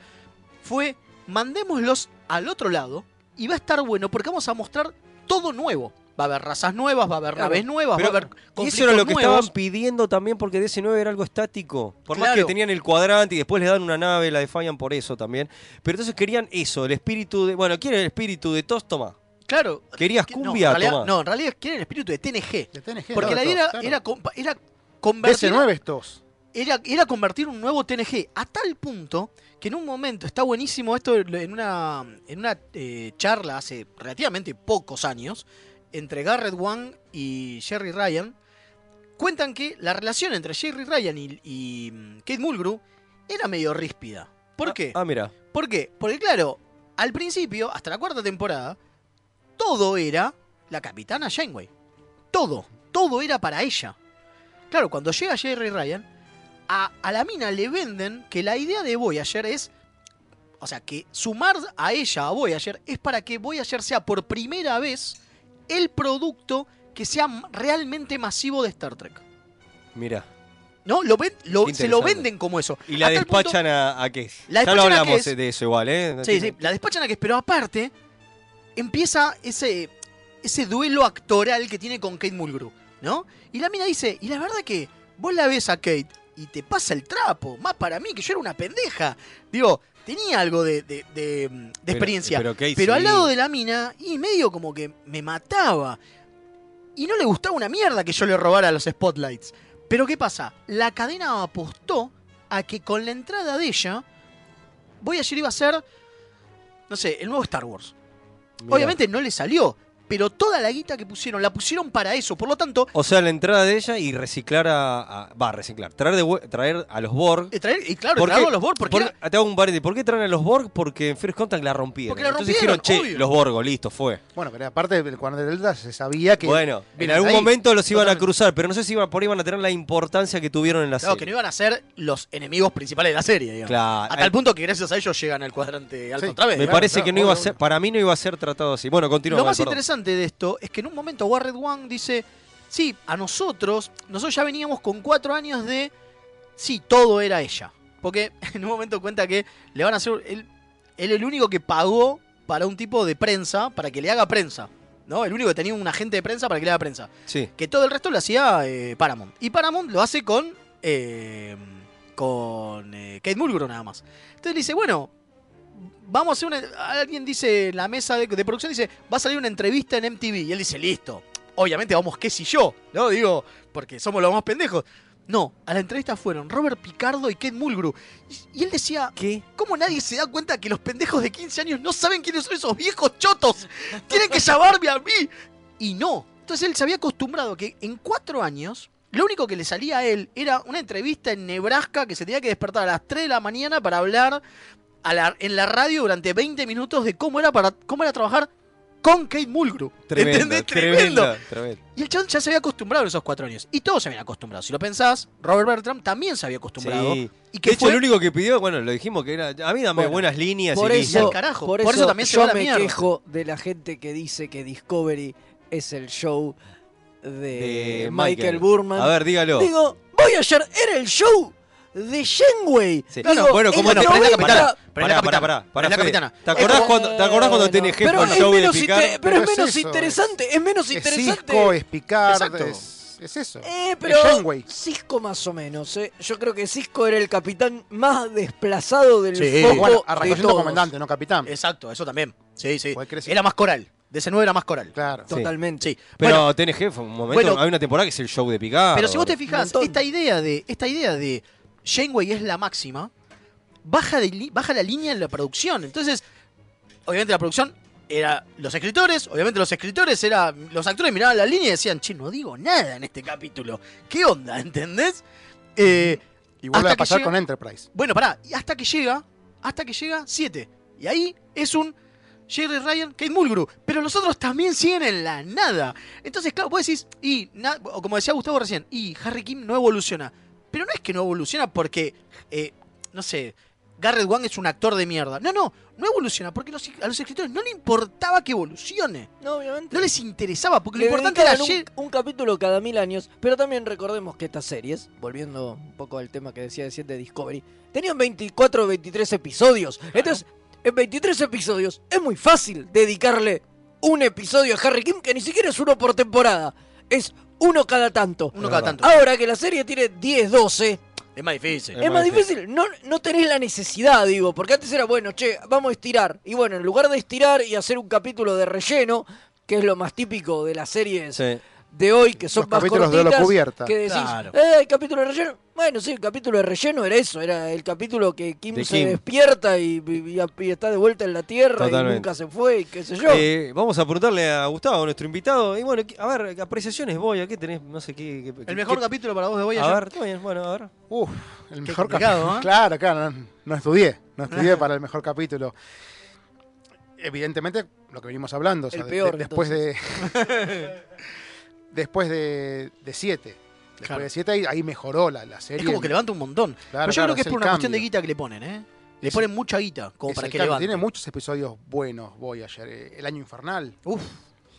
Speaker 4: fue mandémoslos al otro lado y va a estar bueno porque vamos a mostrar todo nuevo. Va a haber razas nuevas, va a haber
Speaker 3: Claro.
Speaker 4: naves nuevas,
Speaker 3: Pero-
Speaker 4: va a haber
Speaker 3: y
Speaker 4: conflictos
Speaker 3: eso era lo que
Speaker 4: nuevos.
Speaker 3: estaban pidiendo también porque DC9 era algo estático. Por más
Speaker 4: Claro.
Speaker 3: que tenían el cuadrante y después le dan una nave, la defian por eso también. Pero entonces querían eso, el espíritu de. Bueno, quieren el espíritu de Tos, toma.
Speaker 4: Claro.
Speaker 3: Querías
Speaker 4: que-
Speaker 3: cumbia,
Speaker 4: no, en realidad,
Speaker 3: tomá.
Speaker 4: no, en realidad quieren el espíritu de TNG.
Speaker 6: TNG,
Speaker 4: porque la
Speaker 6: claro,
Speaker 4: idea era,
Speaker 6: claro.
Speaker 4: era, compa- era
Speaker 6: ese
Speaker 4: convertir
Speaker 6: 9 estos.
Speaker 4: era, era convertir un nuevo TNG a tal punto que en un momento, está buenísimo esto en una, en una eh, charla hace relativamente pocos años entre Garrett Wang y Jerry Ryan, cuentan que la relación entre Jerry Ryan y, y, mm, Kate Mulgrew era medio ríspida. ¿Por qué?
Speaker 3: Ah, mira.
Speaker 4: ¿Por qué? Porque claro, al principio, hasta la cuarta temporada, todo era la capitana Janeway. Todo, todo era para ella. Claro, cuando llega Jerry Ryan, a, a la mina le venden que la idea de Voyager es, o sea, que sumar a ella, a Voyager, es para que Voyager sea por primera vez el producto que sea m- realmente masivo de Star Trek.
Speaker 3: Mira.
Speaker 4: ¿No? Lo ven- lo-
Speaker 3: Qué
Speaker 4: se lo
Speaker 3: interesante.
Speaker 4: venden como eso.
Speaker 3: Y la
Speaker 4: A tal punto-
Speaker 3: despachan a, a qué.
Speaker 4: La
Speaker 3: ya lo
Speaker 4: despachan a
Speaker 3: hablamos
Speaker 4: Kes.
Speaker 3: de eso igual, ¿eh?
Speaker 4: Sí, sí, la despachan a que pero aparte empieza ese, ese duelo actoral que tiene con Kate Mulgrew, ¿no? Y la mina dice, y la verdad que vos la ves a Kate y te pasa el trapo, más para mí que yo era una pendeja. Digo, tenía algo de, de- de- de experiencia,
Speaker 3: pero Kate
Speaker 4: al
Speaker 3: sí.
Speaker 4: lado de la mina, y medio como que me mataba. Y no le gustaba una mierda que yo le robara los spotlights. Pero ¿qué pasa? La cadena apostó a que con la entrada de ella, Voyager iba a ser, no sé, el nuevo Star Wars.
Speaker 3: Mirá.
Speaker 4: Obviamente no le salió, pero toda la guita que pusieron, la pusieron para eso. Por lo tanto,
Speaker 3: O sea, la entrada de ella y reciclar a. a- va, reciclar. Traer, de vue- traer a los Borg.
Speaker 4: eh, traer- y claro,
Speaker 3: ¿Por
Speaker 4: traerlo
Speaker 3: qué?
Speaker 4: a los Borg, porque
Speaker 3: Por-
Speaker 4: era-
Speaker 3: Te hago un barrio. ¿Por qué traen a los Borg? Porque en First Contact la rompieron.
Speaker 4: Porque la
Speaker 3: Entonces
Speaker 4: rompieron,
Speaker 3: dijeron, che,
Speaker 4: obvio.
Speaker 3: los Borgos, listo, fue.
Speaker 6: Bueno, pero aparte del cuadrante Delta se sabía que.
Speaker 3: bueno, en
Speaker 6: Vienen
Speaker 3: algún
Speaker 6: ahí.
Speaker 3: momento los iban a
Speaker 6: Totalmente.
Speaker 3: cruzar, pero no sé si iban, por ahí iban a tener la importancia que tuvieron en la
Speaker 4: claro, que
Speaker 3: serie.
Speaker 4: no iban a ser los enemigos principales de la serie, digamos.
Speaker 3: Claro. eh.
Speaker 4: A tal punto que gracias a ellos llegan al cuadrante alto
Speaker 3: Sí,
Speaker 4: otra vez.
Speaker 3: Me
Speaker 4: Claro,
Speaker 3: parece
Speaker 4: claro,
Speaker 3: que no iba a
Speaker 4: obvio,
Speaker 3: ser, para mí no iba a ser tratado así. Bueno, continúa.
Speaker 4: Lo más
Speaker 3: perdón.
Speaker 4: interesante de esto es que en un momento Warred Wang dice, sí, a nosotros, nosotros ya veníamos con cuatro años de, sí, todo era ella. Porque en un momento cuenta que le van a hacer, él, él el único que pagó para un tipo de prensa, para que le haga prensa. ¿No? El único que tenía un agente de prensa para que le haga prensa.
Speaker 3: Sí.
Speaker 4: Que todo el resto lo hacía eh, Paramount. Y Paramount lo hace con. eh, con eh, Kate Mulgrew nada más. Entonces le dice, bueno. Vamos a hacer una. Alguien dice, la mesa de, de producción dice, va a salir una entrevista en MTV. Y él dice, listo. Obviamente vamos, qué si yo, ¿no? Digo, porque somos los más pendejos. No, a la entrevista fueron Robert Picardo y Kate Mulgrew. Y, y él decía, ¿cómo nadie se da cuenta que los pendejos de 15 años no saben quiénes son esos viejos chotos? Tienen que llamarme a mí. Y no. Entonces él se había acostumbrado que en cuatro años, lo único que le salía a él era una entrevista en Nebraska que se tenía que despertar a las 3 de la mañana para hablar a la- en la radio durante 20 minutos de cómo era, para, cómo era trabajar con Kate Mulgrew.
Speaker 3: Tremendo,
Speaker 4: ¿Entendés?
Speaker 3: tremendo,
Speaker 4: Tremendo.
Speaker 3: tremendo.
Speaker 4: Y el chabón ya se había acostumbrado en esos cuatro años. Y todos se habían acostumbrado. Si lo pensás, Robert Bertram también se había acostumbrado.
Speaker 3: Sí.
Speaker 4: Y que
Speaker 3: de hecho,
Speaker 4: fue-
Speaker 3: el único que pidió, bueno, lo dijimos que era. A mí dame
Speaker 5: Bueno,
Speaker 3: buenas líneas
Speaker 5: por
Speaker 3: y listo.
Speaker 5: eso, Por eso,
Speaker 4: Por eso también se
Speaker 5: yo
Speaker 4: va la
Speaker 5: me
Speaker 4: mierda.
Speaker 5: quejo de la gente que dice que Discovery es el show de,
Speaker 3: De Eh,
Speaker 5: eh, Michael,
Speaker 3: Michael.
Speaker 5: Burman.
Speaker 3: A ver, dígalo.
Speaker 5: Digo, Voyager era el show de Shenway.
Speaker 3: Sí.
Speaker 5: Digo,
Speaker 3: bueno,
Speaker 5: en este
Speaker 3: como
Speaker 5: la
Speaker 3: no, pero es la
Speaker 5: novela-
Speaker 3: capitana. Pará, pará, pará, pará,
Speaker 4: la
Speaker 3: Fede.
Speaker 4: capitana.
Speaker 3: ¿Te acordás cuando, ¿te acordás cuando TNG fue
Speaker 5: Pero
Speaker 3: el
Speaker 5: es
Speaker 3: show de
Speaker 5: menos
Speaker 3: Picard?
Speaker 5: inte- pero es Pero es menos eso, interesante, es menos
Speaker 6: Es
Speaker 5: interesante.
Speaker 6: Cisco, es Picard,
Speaker 5: Exacto.
Speaker 6: es, es eso.
Speaker 5: Eh,
Speaker 6: Es
Speaker 5: pero
Speaker 6: Janeway.
Speaker 5: Cisco más o menos. eh. Yo creo que Cisco era el capitán más desplazado del
Speaker 4: Sí.
Speaker 5: foco
Speaker 4: Bueno,
Speaker 5: de
Speaker 4: arrancó siendo
Speaker 5: todos.
Speaker 4: comandante,
Speaker 6: no capitán.
Speaker 4: Exacto, eso también. Sí, sí. Era más coral. De ese 9 era más coral.
Speaker 6: Claro.
Speaker 5: Totalmente.
Speaker 4: Sí.
Speaker 3: Pero
Speaker 4: Bueno,
Speaker 3: TNG fue un momento.
Speaker 4: Bueno.
Speaker 3: hay una temporada que es el show de Picard.
Speaker 4: Pero si vos te
Speaker 3: boludo.
Speaker 4: fijas, esta idea de esta idea de Janeway es la máxima, baja, de li- baja la línea en la producción. Entonces, obviamente la producción era los escritores, obviamente los escritores era los actores miraban la línea y decían, "Che, no digo nada en este capítulo. ¿Qué onda, entendés?" Eh,
Speaker 6: Y vuelve
Speaker 4: hasta
Speaker 6: a
Speaker 4: que
Speaker 6: pasar
Speaker 4: llega-
Speaker 6: con Enterprise.
Speaker 4: Bueno, pará, y hasta que llega, hasta que llega 7. Y ahí es un Jerry Ryan, Kate Mulgrew. Pero los otros también siguen en la nada. Entonces, claro, vos decís, y na- o como decía Gustavo recién, y Harry Kim no evoluciona. Pero no es que no evoluciona porque, eh, no sé, Garrett Wang es un actor de mierda. No, no, no evoluciona porque los- a los escritores no le importaba que evolucione.
Speaker 5: No, obviamente.
Speaker 4: No les interesaba porque
Speaker 5: Le
Speaker 4: lo importante era
Speaker 5: dedicaban
Speaker 4: Jer-
Speaker 5: un, un capítulo cada mil años, pero también recordemos que estas series, volviendo un poco al tema que decía de 7 Discovery, tenían 24 o 23 episodios. Entonces, en 23 episodios es muy fácil dedicarle un episodio a Harry Kim, que ni siquiera es uno por temporada, es uno cada tanto.
Speaker 4: Uno cada tanto.
Speaker 5: Ahora que la serie tiene 10, 12,
Speaker 4: Es más difícil.
Speaker 5: es más difícil, no, no tenés la necesidad, digo, porque antes era, bueno, che, vamos a estirar. Y bueno, en lugar de estirar y hacer un capítulo de relleno, que es lo más típico de las series
Speaker 3: Sí.
Speaker 5: de hoy, que son
Speaker 6: Los
Speaker 5: más
Speaker 6: capítulos de
Speaker 5: cortitas,
Speaker 6: la cubierta.
Speaker 5: que decís,
Speaker 6: Claro.
Speaker 5: eh, el capítulo de relleno. Bueno, sí, el capítulo de relleno era eso, era el capítulo que Kim
Speaker 3: De
Speaker 5: se
Speaker 3: Kim.
Speaker 5: despierta y, y- y- y está de vuelta en la Tierra
Speaker 3: Totalmente.
Speaker 5: y nunca se fue y qué sé yo.
Speaker 3: Eh, vamos a preguntarle a Gustavo, nuestro invitado. Y bueno, a ver, apreciaciones Boya, ¿qué tenés? No sé qué. qué-
Speaker 4: El mejor
Speaker 3: qué-
Speaker 4: capítulo para vos de
Speaker 3: A
Speaker 4: Voyager.
Speaker 3: ver, está bien, bueno, a ver.
Speaker 6: Uf, el
Speaker 4: Qué
Speaker 6: mejor
Speaker 4: complicado,
Speaker 6: capítulo.
Speaker 4: ¿eh?
Speaker 6: Claro, claro, no, no estudié. No estudié para el mejor capítulo. Evidentemente, lo que venimos hablando. o sea,
Speaker 5: El
Speaker 6: de-
Speaker 5: peor,
Speaker 6: de- después de.
Speaker 4: entonces.
Speaker 6: después de 7. después
Speaker 4: Claro.
Speaker 6: de 7 ahí, ahí mejoró la, la serie.
Speaker 4: Es como que levanta un montón.
Speaker 6: Claro,
Speaker 4: Pero yo
Speaker 6: claro,
Speaker 4: creo que es
Speaker 6: el
Speaker 4: por una cuestión de
Speaker 6: cambio.
Speaker 4: guita que le ponen, ¿eh? Le
Speaker 6: Es-
Speaker 4: ponen mucha guita como
Speaker 6: Es
Speaker 4: para
Speaker 6: el
Speaker 4: que
Speaker 6: cambio.
Speaker 4: levante.
Speaker 6: Tiene muchos episodios buenos Voyager. eh, El año infernal.
Speaker 4: Uf.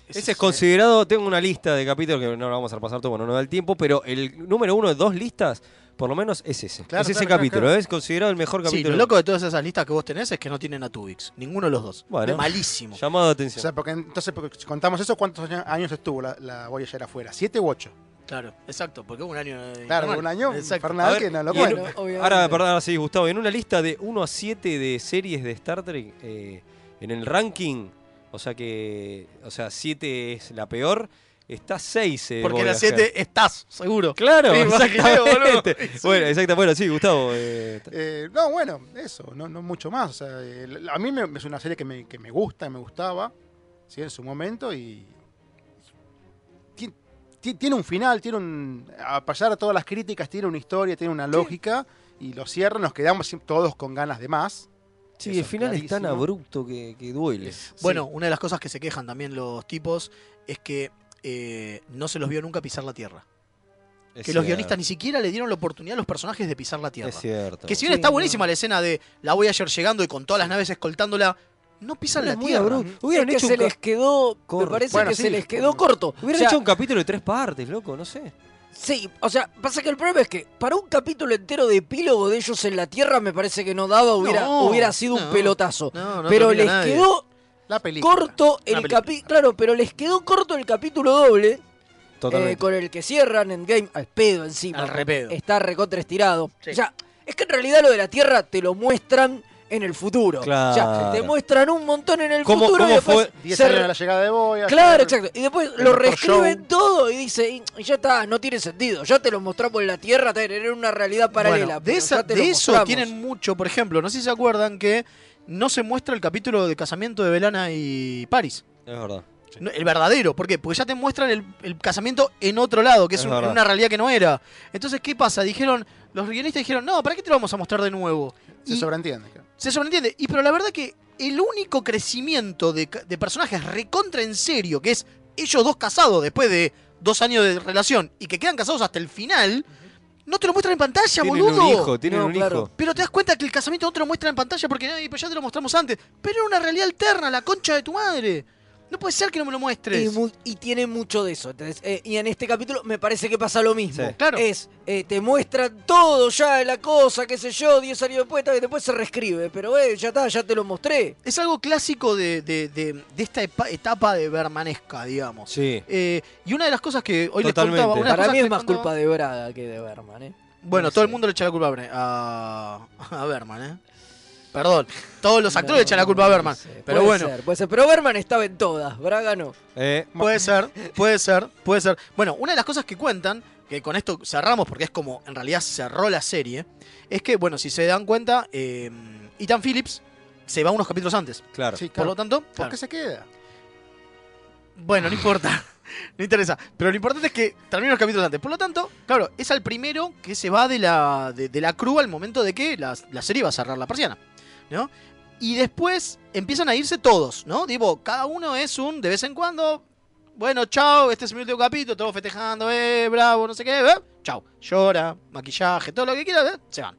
Speaker 3: Ese es considerado, tengo una lista de capítulos que no la vamos a repasar todo, bueno, no da el tiempo, pero el número uno de dos listas, por lo menos, es ese.
Speaker 4: Claro,
Speaker 3: es ese
Speaker 4: claro, claro,
Speaker 3: capítulo,
Speaker 4: claro.
Speaker 3: es considerado el mejor
Speaker 4: Sí,
Speaker 3: capítulo.
Speaker 4: lo loco de todas esas listas que vos tenés es que no tienen a Tubix. Ninguno de los dos.
Speaker 3: Bueno.
Speaker 4: Malísimo.
Speaker 3: Llamado de
Speaker 6: O
Speaker 3: atención.
Speaker 6: sea, porque entonces, porque si contamos eso, ¿cuántos año- años estuvo la, la Voyager afuera? ¿Siete u ocho?
Speaker 4: Claro, exacto, porque un año. eh,
Speaker 6: Claro,
Speaker 4: infernal.
Speaker 6: un año
Speaker 4: Exacto.
Speaker 6: infernal
Speaker 4: A ver,
Speaker 6: que no lo
Speaker 4: y en-
Speaker 6: cuento.
Speaker 3: Ahora, perdón, ahora sí, Gustavo, en una lista de 1 a 7 de series de Star Trek, eh, en el ranking, o sea que, o sea, 7 es la peor, está eh, 6.
Speaker 4: Porque en la 7 estás, seguro.
Speaker 3: Claro,
Speaker 4: Sí, más que creo, boludo.
Speaker 3: exactamente. Bueno, exacta- bueno, sí, Gustavo. eh, t-
Speaker 6: Eh, no, bueno, eso, no, no mucho más. o sea, eh, la- a mí me- es una serie que me, que me gusta, me gustaba, ¿sí? en su momento, y ti- ti- tiene un final, tiene un, a pesar de todas las críticas, tiene una historia, tiene una lógica, y lo cierran, nos quedamos siem- todos con ganas de más.
Speaker 3: sí,
Speaker 6: Eso
Speaker 3: el final es tan
Speaker 6: clarísimo.
Speaker 3: abrupto que, que duele.
Speaker 4: Bueno, una de las cosas que se quejan también los tipos es que eh, no se los vio nunca pisar la tierra. Que
Speaker 3: Es
Speaker 4: los
Speaker 3: cierto.
Speaker 4: guionistas ni siquiera le dieron la oportunidad a los personajes de pisar la tierra.
Speaker 3: Es cierto.
Speaker 4: Que si bien
Speaker 3: Sí,
Speaker 4: está
Speaker 3: no.
Speaker 4: buenísima la escena de la Voyager llegando y con todas las naves escoltándola, no pisan
Speaker 3: Es
Speaker 4: la
Speaker 3: muy
Speaker 4: tierra.
Speaker 3: abrupto. Hubieran
Speaker 5: Es que
Speaker 3: hecho
Speaker 5: se
Speaker 3: un ca-
Speaker 5: les quedó, me
Speaker 3: Corto.
Speaker 5: parece
Speaker 3: Bueno,
Speaker 5: que
Speaker 3: sí.
Speaker 5: se les quedó corto.
Speaker 3: Hubieran
Speaker 5: O sea,
Speaker 3: hecho un capítulo de tres partes, loco, no sé.
Speaker 5: Sí, o sea, pasa que el problema es que para un capítulo entero de epílogo de ellos en la Tierra me parece que no daba, hubiera,
Speaker 4: No,
Speaker 5: hubiera sido
Speaker 4: no,
Speaker 5: un pelotazo.
Speaker 4: no, no
Speaker 5: pero
Speaker 4: termina
Speaker 5: les
Speaker 4: nadie.
Speaker 5: quedó
Speaker 6: La película.
Speaker 5: corto
Speaker 4: Una
Speaker 5: el
Speaker 4: película.
Speaker 5: capítulo, claro, pero les quedó corto el capítulo doble
Speaker 3: Totalmente.
Speaker 5: eh, con el que cierran Endgame al pedo encima.
Speaker 4: Al repedo.
Speaker 5: Está recontra estirado.
Speaker 4: Sí.
Speaker 5: O sea, es que en realidad lo de la Tierra te lo muestran en el futuro. O sea,
Speaker 3: Claro.
Speaker 5: te muestran un montón en el
Speaker 3: ¿Cómo-
Speaker 5: futuro y
Speaker 3: cómo
Speaker 5: después
Speaker 3: fue?
Speaker 6: 10
Speaker 5: se
Speaker 6: años
Speaker 5: re-
Speaker 6: de la llegada de Voyager.
Speaker 5: Claro, exacto. Y después
Speaker 6: el
Speaker 5: lo
Speaker 6: Dr.
Speaker 5: reescriben
Speaker 6: Joe.
Speaker 5: todo y dice, y, y ya está, no tiene sentido. Ya te lo mostramos en la Tierra, ta- era una realidad paralela.
Speaker 4: Bueno, de
Speaker 5: pero
Speaker 4: esa-
Speaker 5: ya te
Speaker 4: de
Speaker 5: lo
Speaker 4: eso
Speaker 5: mostramos.
Speaker 4: tienen mucho. Por ejemplo, no sé si se acuerdan que no se muestra el capítulo de casamiento de Belana y Paris.
Speaker 3: Es verdad.
Speaker 4: No, el verdadero, ¿por qué? Porque ya te muestran el, el casamiento en otro lado, que es,
Speaker 3: Es
Speaker 4: un-
Speaker 3: verdad.
Speaker 4: una realidad que no era. Entonces, ¿qué pasa? Dijeron, los guionistas dijeron, no, ¿para qué te lo vamos a mostrar de nuevo?
Speaker 6: Se
Speaker 4: Y-
Speaker 6: sobreentiende. claro.
Speaker 4: se sobreentiende. Y pero la verdad que el único crecimiento de, ca- de personajes recontra en serio, que es ellos dos casados después de dos años de relación y que quedan casados hasta el final, no te lo muestran en pantalla,
Speaker 3: Tienen
Speaker 4: boludo.
Speaker 3: un hijo, tienen No, un claro. hijo.
Speaker 4: Pero te das cuenta que el casamiento no te lo muestran en pantalla porque "Ay, pero ya te lo mostramos antes. Pero era una realidad alterna, la concha de tu madre. No puede ser que no me lo
Speaker 5: Y,
Speaker 4: muestres.
Speaker 5: mu- y tiene mucho de eso. entonces, eh, y en este capítulo me parece que pasa lo mismo.
Speaker 3: Sí.
Speaker 4: Claro.
Speaker 5: Es, eh, te muestran todo ya, la cosa, qué sé yo, 10 años después, tal vez después se reescribe. Pero eh, ya está, ya te lo mostré.
Speaker 4: Es algo clásico de, de- de- de esta epa- etapa de Bermanesca, digamos.
Speaker 3: Sí.
Speaker 4: Eh, y una de las cosas que hoy
Speaker 3: Totalmente.
Speaker 4: les contaba... una de las
Speaker 5: Para
Speaker 4: cosas
Speaker 5: mí
Speaker 4: que
Speaker 5: es
Speaker 4: les
Speaker 5: más
Speaker 4: contaba-
Speaker 5: culpa de Braga que de Berman, ¿eh?
Speaker 4: Bueno,
Speaker 5: No
Speaker 4: todo el
Speaker 5: sé.
Speaker 4: mundo le echa la culpa a, Bre- a, a Berman, ¿eh? Perdón, todos los actores
Speaker 5: No,
Speaker 4: le echan la culpa a
Speaker 5: no
Speaker 4: Berman.
Speaker 5: sé,
Speaker 4: Pero
Speaker 5: puede
Speaker 4: bueno,
Speaker 5: ser, puede ser, Pero Berman estaba en todas, Braga no.
Speaker 3: Eh,
Speaker 4: puede ser, puede ser, puede ser. Bueno, una de las cosas que cuentan, que con esto cerramos porque es como en realidad cerró la serie, es que, bueno, si se dan cuenta, eh, Ethan Phillips se va unos capítulos antes.
Speaker 3: Claro.
Speaker 4: Por lo tanto,
Speaker 6: ¿por
Speaker 4: claro.
Speaker 6: qué se queda?
Speaker 4: Bueno, no importa. No interesa. Pero lo importante es que termina los capítulos antes. Por lo tanto, claro, es al primero que se va de la, de, de la cruz al momento de que la, la serie va a cerrar la persiana. ¿No? Y después empiezan a irse todos, ¿no? Tipo, cada uno es un de vez en cuando. Bueno, chao, este es mi último capítulo, todos festejando, eh, bravo, no sé qué, eh, chao. Llora, maquillaje, todo lo que quieras, eh, se van.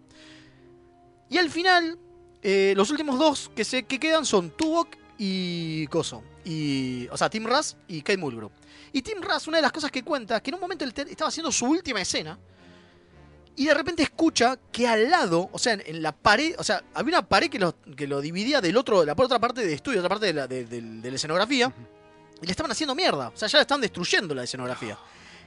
Speaker 4: Y al final, eh, los últimos dos que se que quedan son Tuvok y Coso. Y, o sea, Tim Russ y Kate Mulgrew. Y Tim Russ, una de las cosas que cuenta, es que en un momento él te- estaba haciendo su última escena. Y de repente escucha que al lado, o sea, en, en la pared, o sea, había una pared que lo, que lo dividía del otro, de la otra parte de estudio, otra parte de la, de- del- de la escenografía. Y le estaban haciendo mierda. O sea, ya le estaban destruyendo la escenografía.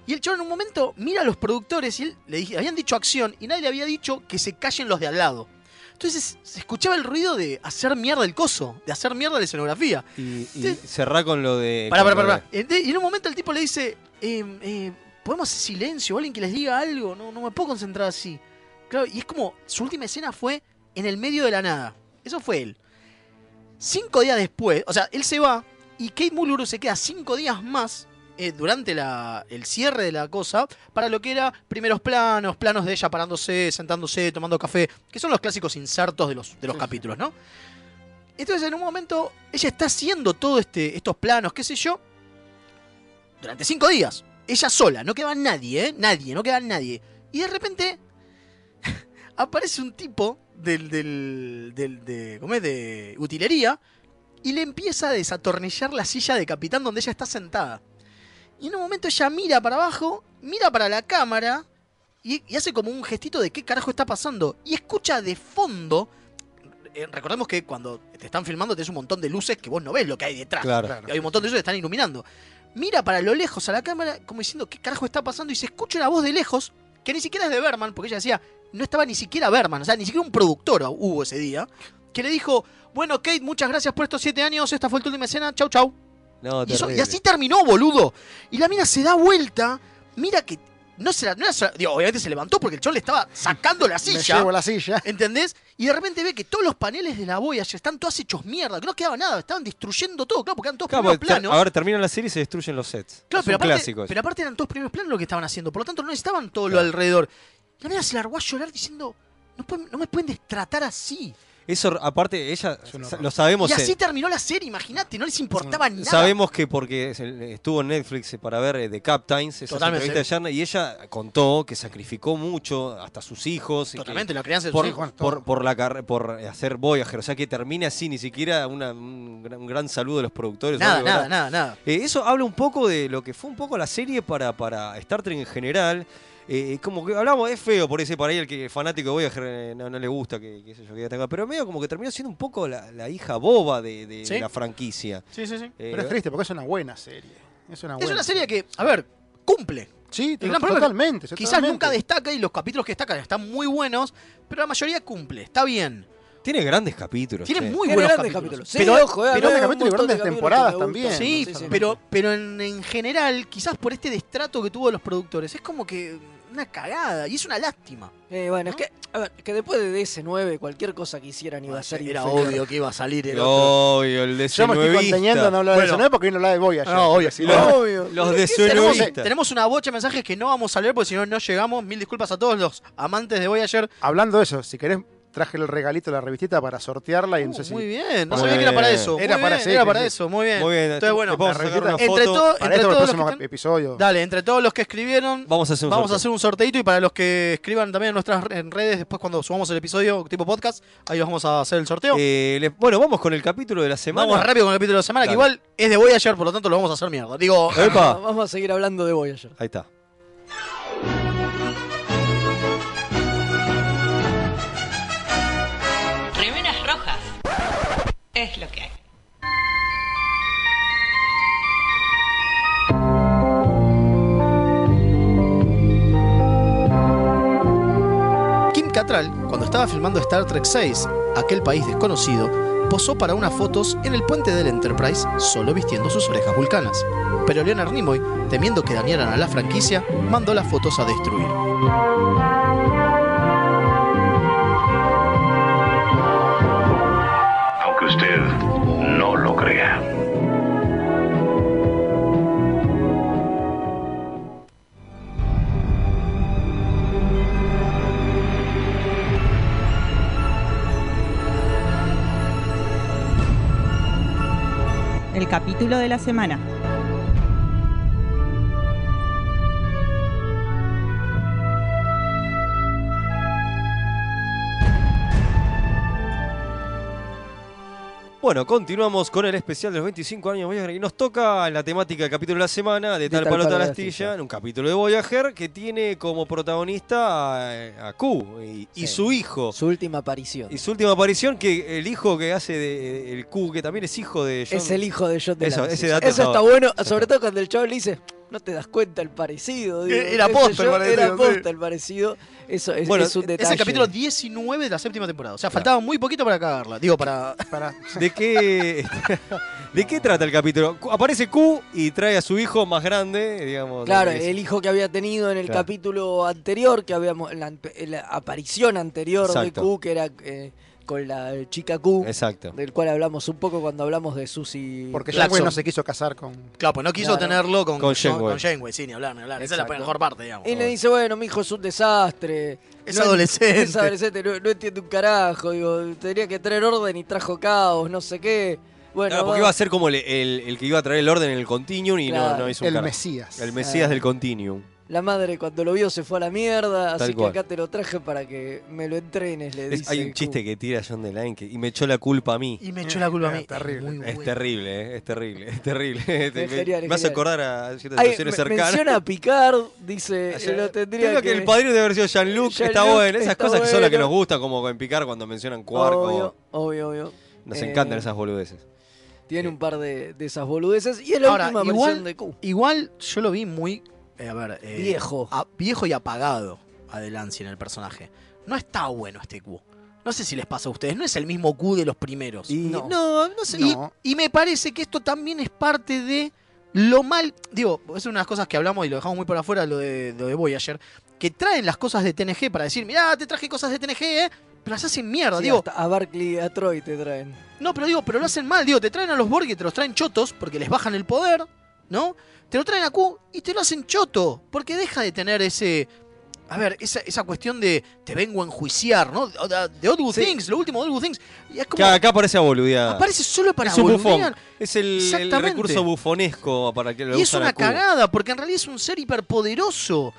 Speaker 4: Y el chabón en un momento mira a los productores y él- le dije- habían dicho acción y nadie le había dicho que se callen los de al lado. Entonces se escuchaba el ruido de hacer mierda el coso, de hacer mierda la escenografía.
Speaker 3: Y, y cerrá con lo de.
Speaker 4: Pará,
Speaker 3: con
Speaker 4: pará,
Speaker 3: lo
Speaker 4: pará.
Speaker 3: de-
Speaker 4: pará. Ente- Y en un momento el tipo le dice, em, eh, ¿podemos hacer silencio? ¿Alguien que les diga algo? No, no me puedo concentrar así. Claro, y es como, su última escena fue en el medio de la nada. Eso fue él. Cinco días después, o sea, él se va y Kate Mulgrew se queda cinco días más eh, durante la- el cierre de la cosa para lo que era primeros planos, planos de ella parándose, sentándose, tomando café, que son los clásicos insertos de los, de los capítulos, ¿no? Entonces en un momento ella está haciendo todos este, estos planos, qué sé yo, durante cinco días. Ella sola, no queda nadie, ¿eh? Nadie, no queda nadie. Y de repente aparece un tipo del, del, del- de, ¿cómo es? de utilería y le empieza a desatornillar la silla de capitán donde ella está sentada. Y en un momento ella mira para abajo, mira para la cámara y, y hace como un gestito de qué carajo está pasando. Y escucha de fondo eh, recordemos que cuando te están filmando tenés un montón de luces que vos no ves lo que hay detrás.
Speaker 3: Claro. Claro.
Speaker 4: Y hay un montón de luces que están iluminando. Mira para lo lejos a la cámara como diciendo qué carajo está pasando y se escucha una voz de lejos que ni siquiera es de Berman, porque ella decía, no estaba ni siquiera Berman, o sea, ni siquiera un productor hubo ese día, que le dijo, bueno Kate, muchas gracias por estos siete años, esta fue tu última escena, chau chau.
Speaker 3: No,
Speaker 4: Y, eso- y
Speaker 3: terrible.
Speaker 4: así terminó, boludo. Y la mina se da vuelta, mira que no se la. no era sola- digo, obviamente se levantó porque el chon le estaba sacando la silla.
Speaker 6: llevo la silla.
Speaker 4: ¿Entendés? Y de repente ve que todos los paneles de la boya ya están todos hechos mierda, que no quedaba nada, estaban destruyendo todo, claro, porque eran todos
Speaker 3: Claro,
Speaker 4: primeros
Speaker 3: porque ter-
Speaker 4: planos.
Speaker 3: ahora termina la serie y se destruyen los sets.
Speaker 4: Claro,
Speaker 3: es
Speaker 4: pero
Speaker 3: un
Speaker 4: aparte,
Speaker 3: clásico.
Speaker 4: pero aparte eran todos primeros planos lo que estaban haciendo, por lo tanto no necesitaban todo lo alrededor. La mina se largó a llorar diciendo, no, pueden- no me pueden destratar así.
Speaker 3: Eso, aparte, ella sa- lo sabemos.
Speaker 4: y
Speaker 3: en-
Speaker 4: así terminó la serie, imagínate, no les importaba nada.
Speaker 3: Mm, Sabemos que porque se- estuvo en Netflix para ver eh, The Captains, esa
Speaker 4: Totalmente.
Speaker 3: entrevista de Sharna, y ella contó que sacrificó mucho, hasta sus hijos. y que-
Speaker 4: Totalmente, la crianza de sus
Speaker 3: por,
Speaker 4: hijos.
Speaker 3: Por, por la carre- por hacer Voyager, o sea que termina así, ni siquiera una- un, gran, un gran saludo de los productores. o
Speaker 4: Nada,
Speaker 3: algo,
Speaker 4: nada,
Speaker 3: ¿verdad?
Speaker 4: nada, nada.
Speaker 3: Eh, eso habla un poco de lo que fue un poco la serie para, para Star Trek en general. Eh, como que hablamos, es feo por ese para ahí el que fanático de Voyager eh, no, no le gusta que, que, sé yo, que tenga, pero medio como que terminó siendo un poco la, la hija boba de, de
Speaker 4: Sí.
Speaker 3: la franquicia.
Speaker 4: Sí, sí, sí.
Speaker 3: Eh,
Speaker 6: Pero es triste porque es una buena serie. Es
Speaker 3: Ah,
Speaker 6: una,
Speaker 4: Es
Speaker 6: buena
Speaker 4: una serie que, a ver, cumple.
Speaker 6: Sí,
Speaker 4: El
Speaker 6: to-
Speaker 4: gran problema es que
Speaker 6: totalmente.
Speaker 4: Quizás
Speaker 6: totalmente.
Speaker 4: nunca destaca y los capítulos que destacan están muy buenos, pero la mayoría cumple, está bien.
Speaker 3: Tiene grandes capítulos. eh.
Speaker 4: Tiene
Speaker 3: che.
Speaker 4: muy buenos capítulos. eh,
Speaker 6: Pero-
Speaker 5: eh,
Speaker 6: pero grandes capítulos y grandes temporadas también.
Speaker 4: Sí,
Speaker 6: Sí, sí,
Speaker 4: pero, pero en, en general, quizás por este destrato que tuvo los productores, es como que una cagada y es una lástima.
Speaker 5: Eh, bueno, es que, a ver, que después de DS9 cualquier cosa que hicieran iba a ser
Speaker 4: Era
Speaker 5: inferior.
Speaker 4: obvio que iba a salir el otro.
Speaker 3: Obvio, el
Speaker 6: Yo me estoy
Speaker 3: DC9.
Speaker 6: conteniendo no hablar de
Speaker 4: Bueno.
Speaker 6: eso, no porque hoy no hablaba de Boy ayer.
Speaker 4: No, obvio,
Speaker 6: Sí,
Speaker 3: Los-
Speaker 6: no.
Speaker 3: Los
Speaker 4: ¿Qué
Speaker 3: de
Speaker 4: tenemos,
Speaker 3: Suenovistas.
Speaker 4: tenemos una bocha de mensajes que no vamos a leer porque si no, no llegamos. Mil disculpas a todos los amantes de Voyager.
Speaker 6: Hablando de eso, si querés, traje el regalito de la revistita para sortearla y no sé si.
Speaker 4: Uh, Muy bien, no
Speaker 6: Muy
Speaker 4: sabía que era para
Speaker 6: bien.
Speaker 4: eso.
Speaker 6: Era
Speaker 4: Muy
Speaker 6: para
Speaker 4: bien,
Speaker 6: sí,
Speaker 4: era
Speaker 6: sí,
Speaker 4: para
Speaker 6: sí.
Speaker 4: eso, muy bien.
Speaker 3: Muy bien,
Speaker 4: Entonces, bueno,
Speaker 3: le podemos sacar una
Speaker 4: entre,
Speaker 3: foto
Speaker 4: todo- entre
Speaker 6: para esto, para el
Speaker 4: todos los que
Speaker 6: próximo
Speaker 4: están-
Speaker 6: episodio.
Speaker 4: Dale, entre todos los que escribieron,
Speaker 3: Vamos a hacer un
Speaker 4: vamos a
Speaker 3: sorteo.
Speaker 4: hacer un sorteito y para los que escriban también en nuestras re- en redes, después cuando subamos el episodio tipo podcast, ahí vamos a hacer el sorteo.
Speaker 3: Eh, le- bueno, vamos con el capítulo de la semana.
Speaker 4: Vamos rápido con el capítulo de la semana,
Speaker 3: Dale.
Speaker 4: que igual es de Voyager, por lo tanto lo vamos a hacer mierda. Digo,
Speaker 3: Epa.
Speaker 5: Vamos a seguir hablando de Voyager.
Speaker 3: Ahí está.
Speaker 13: Remeras rojas. Es lo que hay.
Speaker 3: Ah.
Speaker 4: Kim Cattrall, cuando estaba filmando Star Trek VI, aquel país desconocido, posó para unas fotos en el puente del Enterprise solo vistiendo sus orejas vulcanas. Pero Leonard Nimoy, temiendo que dañaran a la franquicia, mandó las fotos a destruir.
Speaker 14: el capítulo de la semana.
Speaker 3: Bueno, continuamos con el especial de los 25 años de Voyager y nos toca la temática del capítulo de la semana de, tal, palo tal astilla, en un capítulo de Voyager que tiene como protagonista a, a Q y, y
Speaker 5: Sí.
Speaker 3: su hijo.
Speaker 5: Su última aparición.
Speaker 3: Y su última aparición que el hijo que hace de, el Q, que también es hijo de John.
Speaker 5: Es el hijo de John
Speaker 3: Eso,
Speaker 5: Delancey.
Speaker 3: ese dato
Speaker 5: Eso
Speaker 3: estaba-
Speaker 5: está bueno, sobre todo cuando el chavo le dice, no te das cuenta el parecido. digo,
Speaker 4: Era
Speaker 5: qué sé
Speaker 4: posta el
Speaker 5: yo,
Speaker 4: parecido,
Speaker 5: Era
Speaker 4: sí.
Speaker 5: posta el parecido. Eso es, es un detalle.
Speaker 4: el capítulo 19 de la séptima temporada. O sea, faltaba muy poquito para cagarla. Digo, para.
Speaker 3: ¿De qué, ¿De qué trata el capítulo? Cu- Aparece Q y trae a su hijo más grande, digamos.
Speaker 5: Claro,
Speaker 3: es-
Speaker 5: el hijo que había tenido en el
Speaker 3: Claro.
Speaker 5: capítulo anterior, que habíamos, la, ante- la aparición anterior
Speaker 3: Exacto.
Speaker 5: de Q, que era eh, con la chica Q,
Speaker 3: Exacto.
Speaker 5: del cual hablamos un poco cuando hablamos de Susie.
Speaker 6: Porque
Speaker 5: Jackson.
Speaker 6: Janeway no se quiso casar con.
Speaker 4: Claro, pues no quiso
Speaker 5: Claro.
Speaker 4: tenerlo con,
Speaker 3: Con
Speaker 4: con,
Speaker 3: Janeway.
Speaker 4: con Janeway, sí, ni hablar, ni hablar. Esa es la
Speaker 5: Exacto.
Speaker 4: mejor parte, digamos.
Speaker 5: Y le dice, bueno, mi hijo es un desastre.
Speaker 4: Es
Speaker 5: en-
Speaker 4: adolescente.
Speaker 5: Es adolescente, no, no entiende un carajo. Digo, tenía que traer orden y trajo caos, no sé qué. Bueno,
Speaker 3: Claro, porque
Speaker 5: va-
Speaker 3: iba a ser como el, el- el que iba a traer el orden en el continuum y no-
Speaker 5: Claro.
Speaker 3: no, hizo un
Speaker 5: El
Speaker 3: carajo.
Speaker 5: Mesías.
Speaker 3: El Mesías
Speaker 5: Ah.
Speaker 3: del continuum.
Speaker 5: La madre cuando lo vio se fue a la mierda,
Speaker 3: Tal
Speaker 5: así
Speaker 3: cual.
Speaker 5: que acá te lo traje para que me lo entrenes, le
Speaker 3: Es-
Speaker 5: dice.
Speaker 3: hay un chiste que tira John Delaney que, y me echó la culpa a mí.
Speaker 4: Y me echó la culpa a mí.
Speaker 3: Es terrible, ¿eh? es terrible, es terrible. Te- me,
Speaker 5: genial, es
Speaker 3: me hace
Speaker 5: genial.
Speaker 3: acordar a ciertas
Speaker 5: Ay,
Speaker 3: situaciones
Speaker 5: me-
Speaker 3: cercanas.
Speaker 5: Menciona a Picard, dice,
Speaker 3: Ayer-
Speaker 5: lo tendría
Speaker 3: Creo que...
Speaker 5: que...
Speaker 3: el padrino debe haber sido Jean-Luc, está
Speaker 5: Jean-Luc
Speaker 3: bueno. Esas
Speaker 5: está
Speaker 3: cosas que son las que
Speaker 5: bueno.
Speaker 3: nos gustan, como en Picar cuando mencionan Cuarco.
Speaker 5: Obvio, obvio, obvio.
Speaker 3: Nos
Speaker 5: Eh,
Speaker 3: encantan esas boludeces.
Speaker 5: Tiene un par de, de esas boludeces y es la
Speaker 4: Ahora,
Speaker 5: última
Speaker 4: igual,
Speaker 5: versión de Q.
Speaker 4: Igual yo lo vi muy. eh, a ver. eh,
Speaker 5: Viejo.
Speaker 4: a- viejo y apagado a Delancey en el personaje. No está bueno este Q. No sé si les pasa a ustedes. No es el mismo Q de los primeros.
Speaker 5: No.
Speaker 4: no, no sé.
Speaker 6: No.
Speaker 4: Y, y me parece que esto también es parte de lo mal. Digo, es una de las cosas que hablamos y lo dejamos muy por afuera, lo de, lo de Voyager. Que traen las cosas de TNG para decir, mirá, te traje cosas de TNG, ¿eh? Pero las hacen mierda.
Speaker 5: Sí,
Speaker 4: digo,
Speaker 5: hasta a Barclay, a Troy te traen.
Speaker 4: no, pero digo, pero lo hacen mal, digo, te traen a los Borg y te los traen chotos porque les bajan el poder, ¿no? Te lo traen a Q y te lo hacen choto, porque deja de tener ese. A ver, esa, esa cuestión de te vengo a enjuiciar, ¿no? De de Odd Good Things, lo último de Odd Good Things. Y es como.
Speaker 3: Acá, acá aparece a boludeada.
Speaker 4: Aparece solo para
Speaker 3: Es un bufón.
Speaker 4: boludear.
Speaker 3: Es el- el,
Speaker 4: Exactamente.
Speaker 3: recurso bufonesco para que lo
Speaker 4: Y es
Speaker 3: usan a
Speaker 4: una
Speaker 3: Q.
Speaker 4: cagada, porque en realidad es un ser hiperpoderoso.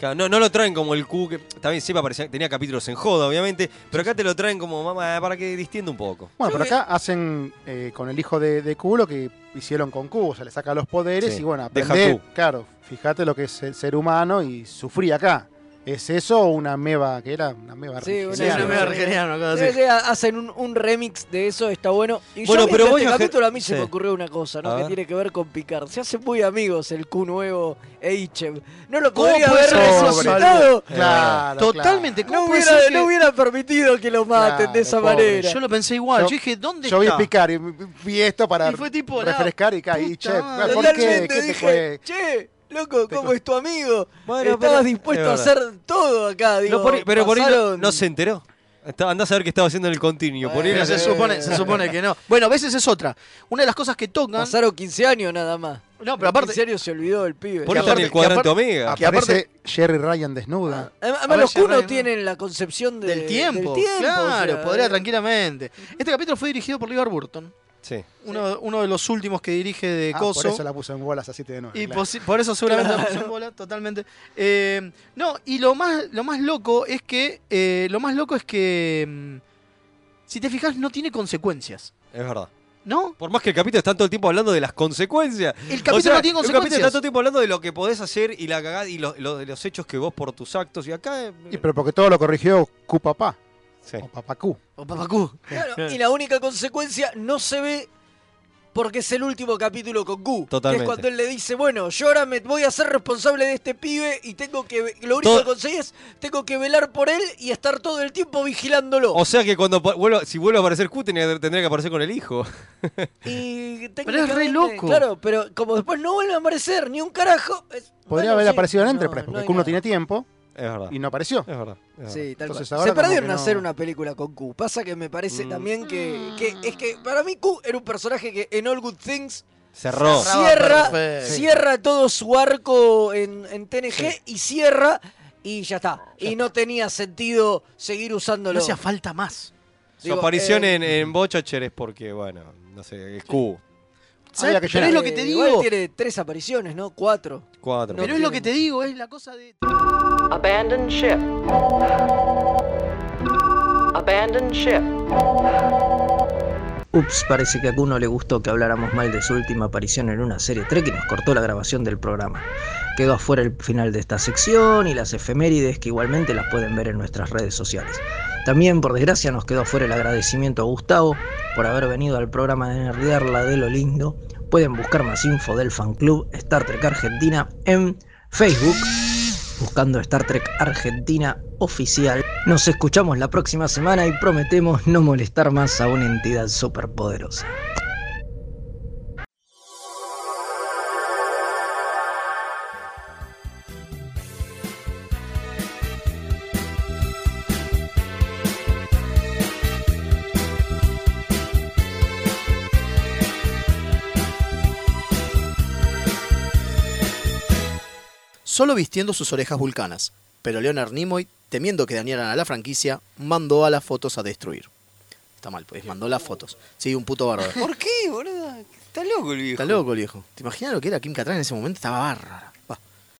Speaker 3: Claro, No, no lo traen como el Q, que también siempre aparecía, tenía capítulos en joda, obviamente, pero acá te lo traen como, mamá, para que distienda un poco.
Speaker 6: Bueno, pero acá hacen eh, con el hijo de, de Q lo que hicieron con Q, o sea, le saca los poderes
Speaker 3: Sí,
Speaker 6: y bueno,
Speaker 3: deja
Speaker 6: aprende,
Speaker 3: Q.
Speaker 6: claro, fíjate lo que es el ser humano y sufrí acá. ¿Es eso o una meba que era? Una meba
Speaker 5: Sí, una-
Speaker 6: rigeliana?
Speaker 4: una meba rigeliana, una cosa
Speaker 5: Sí,
Speaker 4: así.
Speaker 5: sí, ha- hacen un, un remix de eso, está bueno. Y
Speaker 3: Bueno, pero
Speaker 5: yo pero este
Speaker 3: Voyager-
Speaker 5: capítulo a mí se
Speaker 3: sí.
Speaker 5: me ocurrió una cosa,
Speaker 3: A
Speaker 5: ¿no? Que
Speaker 3: ver.
Speaker 5: tiene que ver con Picard. Se hacen muy amigos el Q nuevo e Ichem. No lo
Speaker 4: ¿Cómo
Speaker 5: podría
Speaker 4: puede
Speaker 5: haber
Speaker 4: ser eso?
Speaker 5: resucitado.
Speaker 4: Claro, Totalmente,
Speaker 5: No
Speaker 4: ¿cómo puede
Speaker 5: hubiera,
Speaker 4: ser que-
Speaker 5: no hubiera permitido que lo maten
Speaker 6: Claro,
Speaker 5: de esa
Speaker 6: pobre.
Speaker 5: manera.
Speaker 4: Yo lo pensé igual, yo, dije, ¿dónde
Speaker 6: Yo vi
Speaker 4: está?
Speaker 6: picar y vi esto para
Speaker 4: Y fue tipo, la
Speaker 6: refrescar y caí,
Speaker 4: puta
Speaker 6: che,
Speaker 4: madre.
Speaker 6: ¿por qué?
Speaker 5: Realmente
Speaker 6: ¿Qué te
Speaker 5: dije,
Speaker 6: fue?
Speaker 5: che, loco, ¿cómo es tu amigo? Estabas
Speaker 3: pero-
Speaker 5: dispuesto a
Speaker 3: es verdad.
Speaker 5: hacer todo acá, digo.
Speaker 3: No, por ahí- pero por ahí no,
Speaker 5: pasaron-
Speaker 3: no se enteró. Está- andá a saber qué estaba haciendo en el continuo. por ahí
Speaker 4: Pero
Speaker 3: no-
Speaker 4: se supone, se supone que no. Bueno, a veces es otra. Una de las cosas que tocan.
Speaker 5: Pasaron 15 años nada más.
Speaker 4: No, pero aparte-
Speaker 5: En serio se olvidó el pibe.
Speaker 3: Por eso está en el cuadrante omega.
Speaker 6: Aparece Jerry Ryan desnuda.
Speaker 5: Además,
Speaker 4: ver,
Speaker 5: los
Speaker 4: Jerry,
Speaker 5: cunos
Speaker 4: ¿no?
Speaker 5: tienen la concepción de-
Speaker 4: del tiempo.
Speaker 5: del tiempo,
Speaker 4: claro,
Speaker 5: o sea,
Speaker 4: podría
Speaker 5: eh,
Speaker 4: tranquilamente. Este capítulo fue dirigido por Livar Burton,
Speaker 3: Sí.
Speaker 4: uno, uno de los últimos que dirige de
Speaker 6: Ah, por
Speaker 4: Coso.
Speaker 6: eso la puso en bolas así de nuevo.
Speaker 4: Y posi- por eso seguramente la puso en bola, totalmente. Eh, no, y lo más, lo más loco es que. eh, lo más loco es que. mm, Si te fijas, no tiene consecuencias.
Speaker 3: Es verdad.
Speaker 4: ¿No?
Speaker 3: Por más que el capítulo está todo el tiempo hablando de las consecuencias.
Speaker 4: El capítulo no tiene
Speaker 3: El capítulo está
Speaker 4: consecuencias.
Speaker 3: todo el tiempo hablando de lo que podés hacer y la cagada y lo- lo- de los hechos que vos por tus actos. Y acá. eh,
Speaker 6: Y pero porque todo lo corrigió Q papá.
Speaker 3: Sí.
Speaker 6: O papá Q.
Speaker 4: O Papacú.
Speaker 5: Claro, y la única consecuencia no se ve porque es el último capítulo con Q.
Speaker 3: Totalmente.
Speaker 5: Que es cuando él le dice, bueno, yo ahora me voy a ser responsable de este pibe y tengo que. ve- Lo único
Speaker 3: Todo-
Speaker 5: que conseguí es, tengo que velar por él y estar todo el tiempo vigilándolo.
Speaker 3: O sea que cuando pa- vuelva- si vuelve a aparecer Q, tenía- tendría que aparecer con el hijo.
Speaker 4: Pero es re
Speaker 5: Y técnicamente,
Speaker 4: loco.
Speaker 5: Claro, pero como después no vuelve a aparecer ni un carajo. es- bueno,
Speaker 6: Podría haber
Speaker 5: sí,
Speaker 6: aparecido en
Speaker 5: no,
Speaker 6: Enterprise,
Speaker 5: no
Speaker 6: porque
Speaker 5: hay
Speaker 6: Q no
Speaker 5: nada.
Speaker 6: tiene tiempo
Speaker 3: Es verdad.
Speaker 6: y no apareció.
Speaker 3: Es verdad. es verdad.
Speaker 5: Sí, tal cual.
Speaker 6: Entonces
Speaker 5: Se
Speaker 6: ahora como
Speaker 5: perdieron
Speaker 6: que no-
Speaker 5: hacer una película con Q. Pasa que me parece también que, que- Es que para mí Q era un personaje que en All Good Things
Speaker 3: Cerró.
Speaker 5: cierra,
Speaker 4: perfecto.
Speaker 5: cierra todo su arco en, en TNG y cierra y ya está. y no tenía sentido seguir usándolo.
Speaker 4: No hacía falta más.
Speaker 3: Su
Speaker 5: Digo,
Speaker 3: aparición
Speaker 5: eh,
Speaker 3: en, en Bochacher es porque, bueno, no sé, es Q.
Speaker 4: ¿Sabes?
Speaker 6: Había que
Speaker 4: Pero es lo que te digo.
Speaker 5: Igual tiene tres apariciones, ¿no? Cuatro.
Speaker 3: Cuatro.
Speaker 4: Pero es lo que te digo, es la cosa de.
Speaker 15: Abandon ship. Abandon ship.
Speaker 8: Ups, parece que a Kuno le gustó que habláramos mal de su última aparición en una serie Trek y nos cortó la grabación del programa. Quedó afuera el final de esta sección y las efemérides que igualmente las pueden ver en nuestras redes sociales. También, por desgracia, nos quedó afuera el agradecimiento a Gustavo por haber venido al programa de Nerdearla de lo lindo. Pueden buscar más info del fan club Star Trek Argentina en Facebook, buscando Star Trek Argentina oficial. Nos escuchamos la próxima semana y prometemos no molestar más a una entidad superpoderosa.
Speaker 4: Solo vistiendo sus orejas vulcanas, pero Leonard Nimoy, temiendo que dañaran a la franquicia, mandó a las fotos a destruir. Está mal, pues mandó las fotos. Sí, un puto bárbaro.
Speaker 5: ¿Por qué, boludo? Está loco el viejo.
Speaker 4: Está loco el viejo. ¿Te imaginas lo que era Kim Cattrall en ese momento? Estaba bárbaro.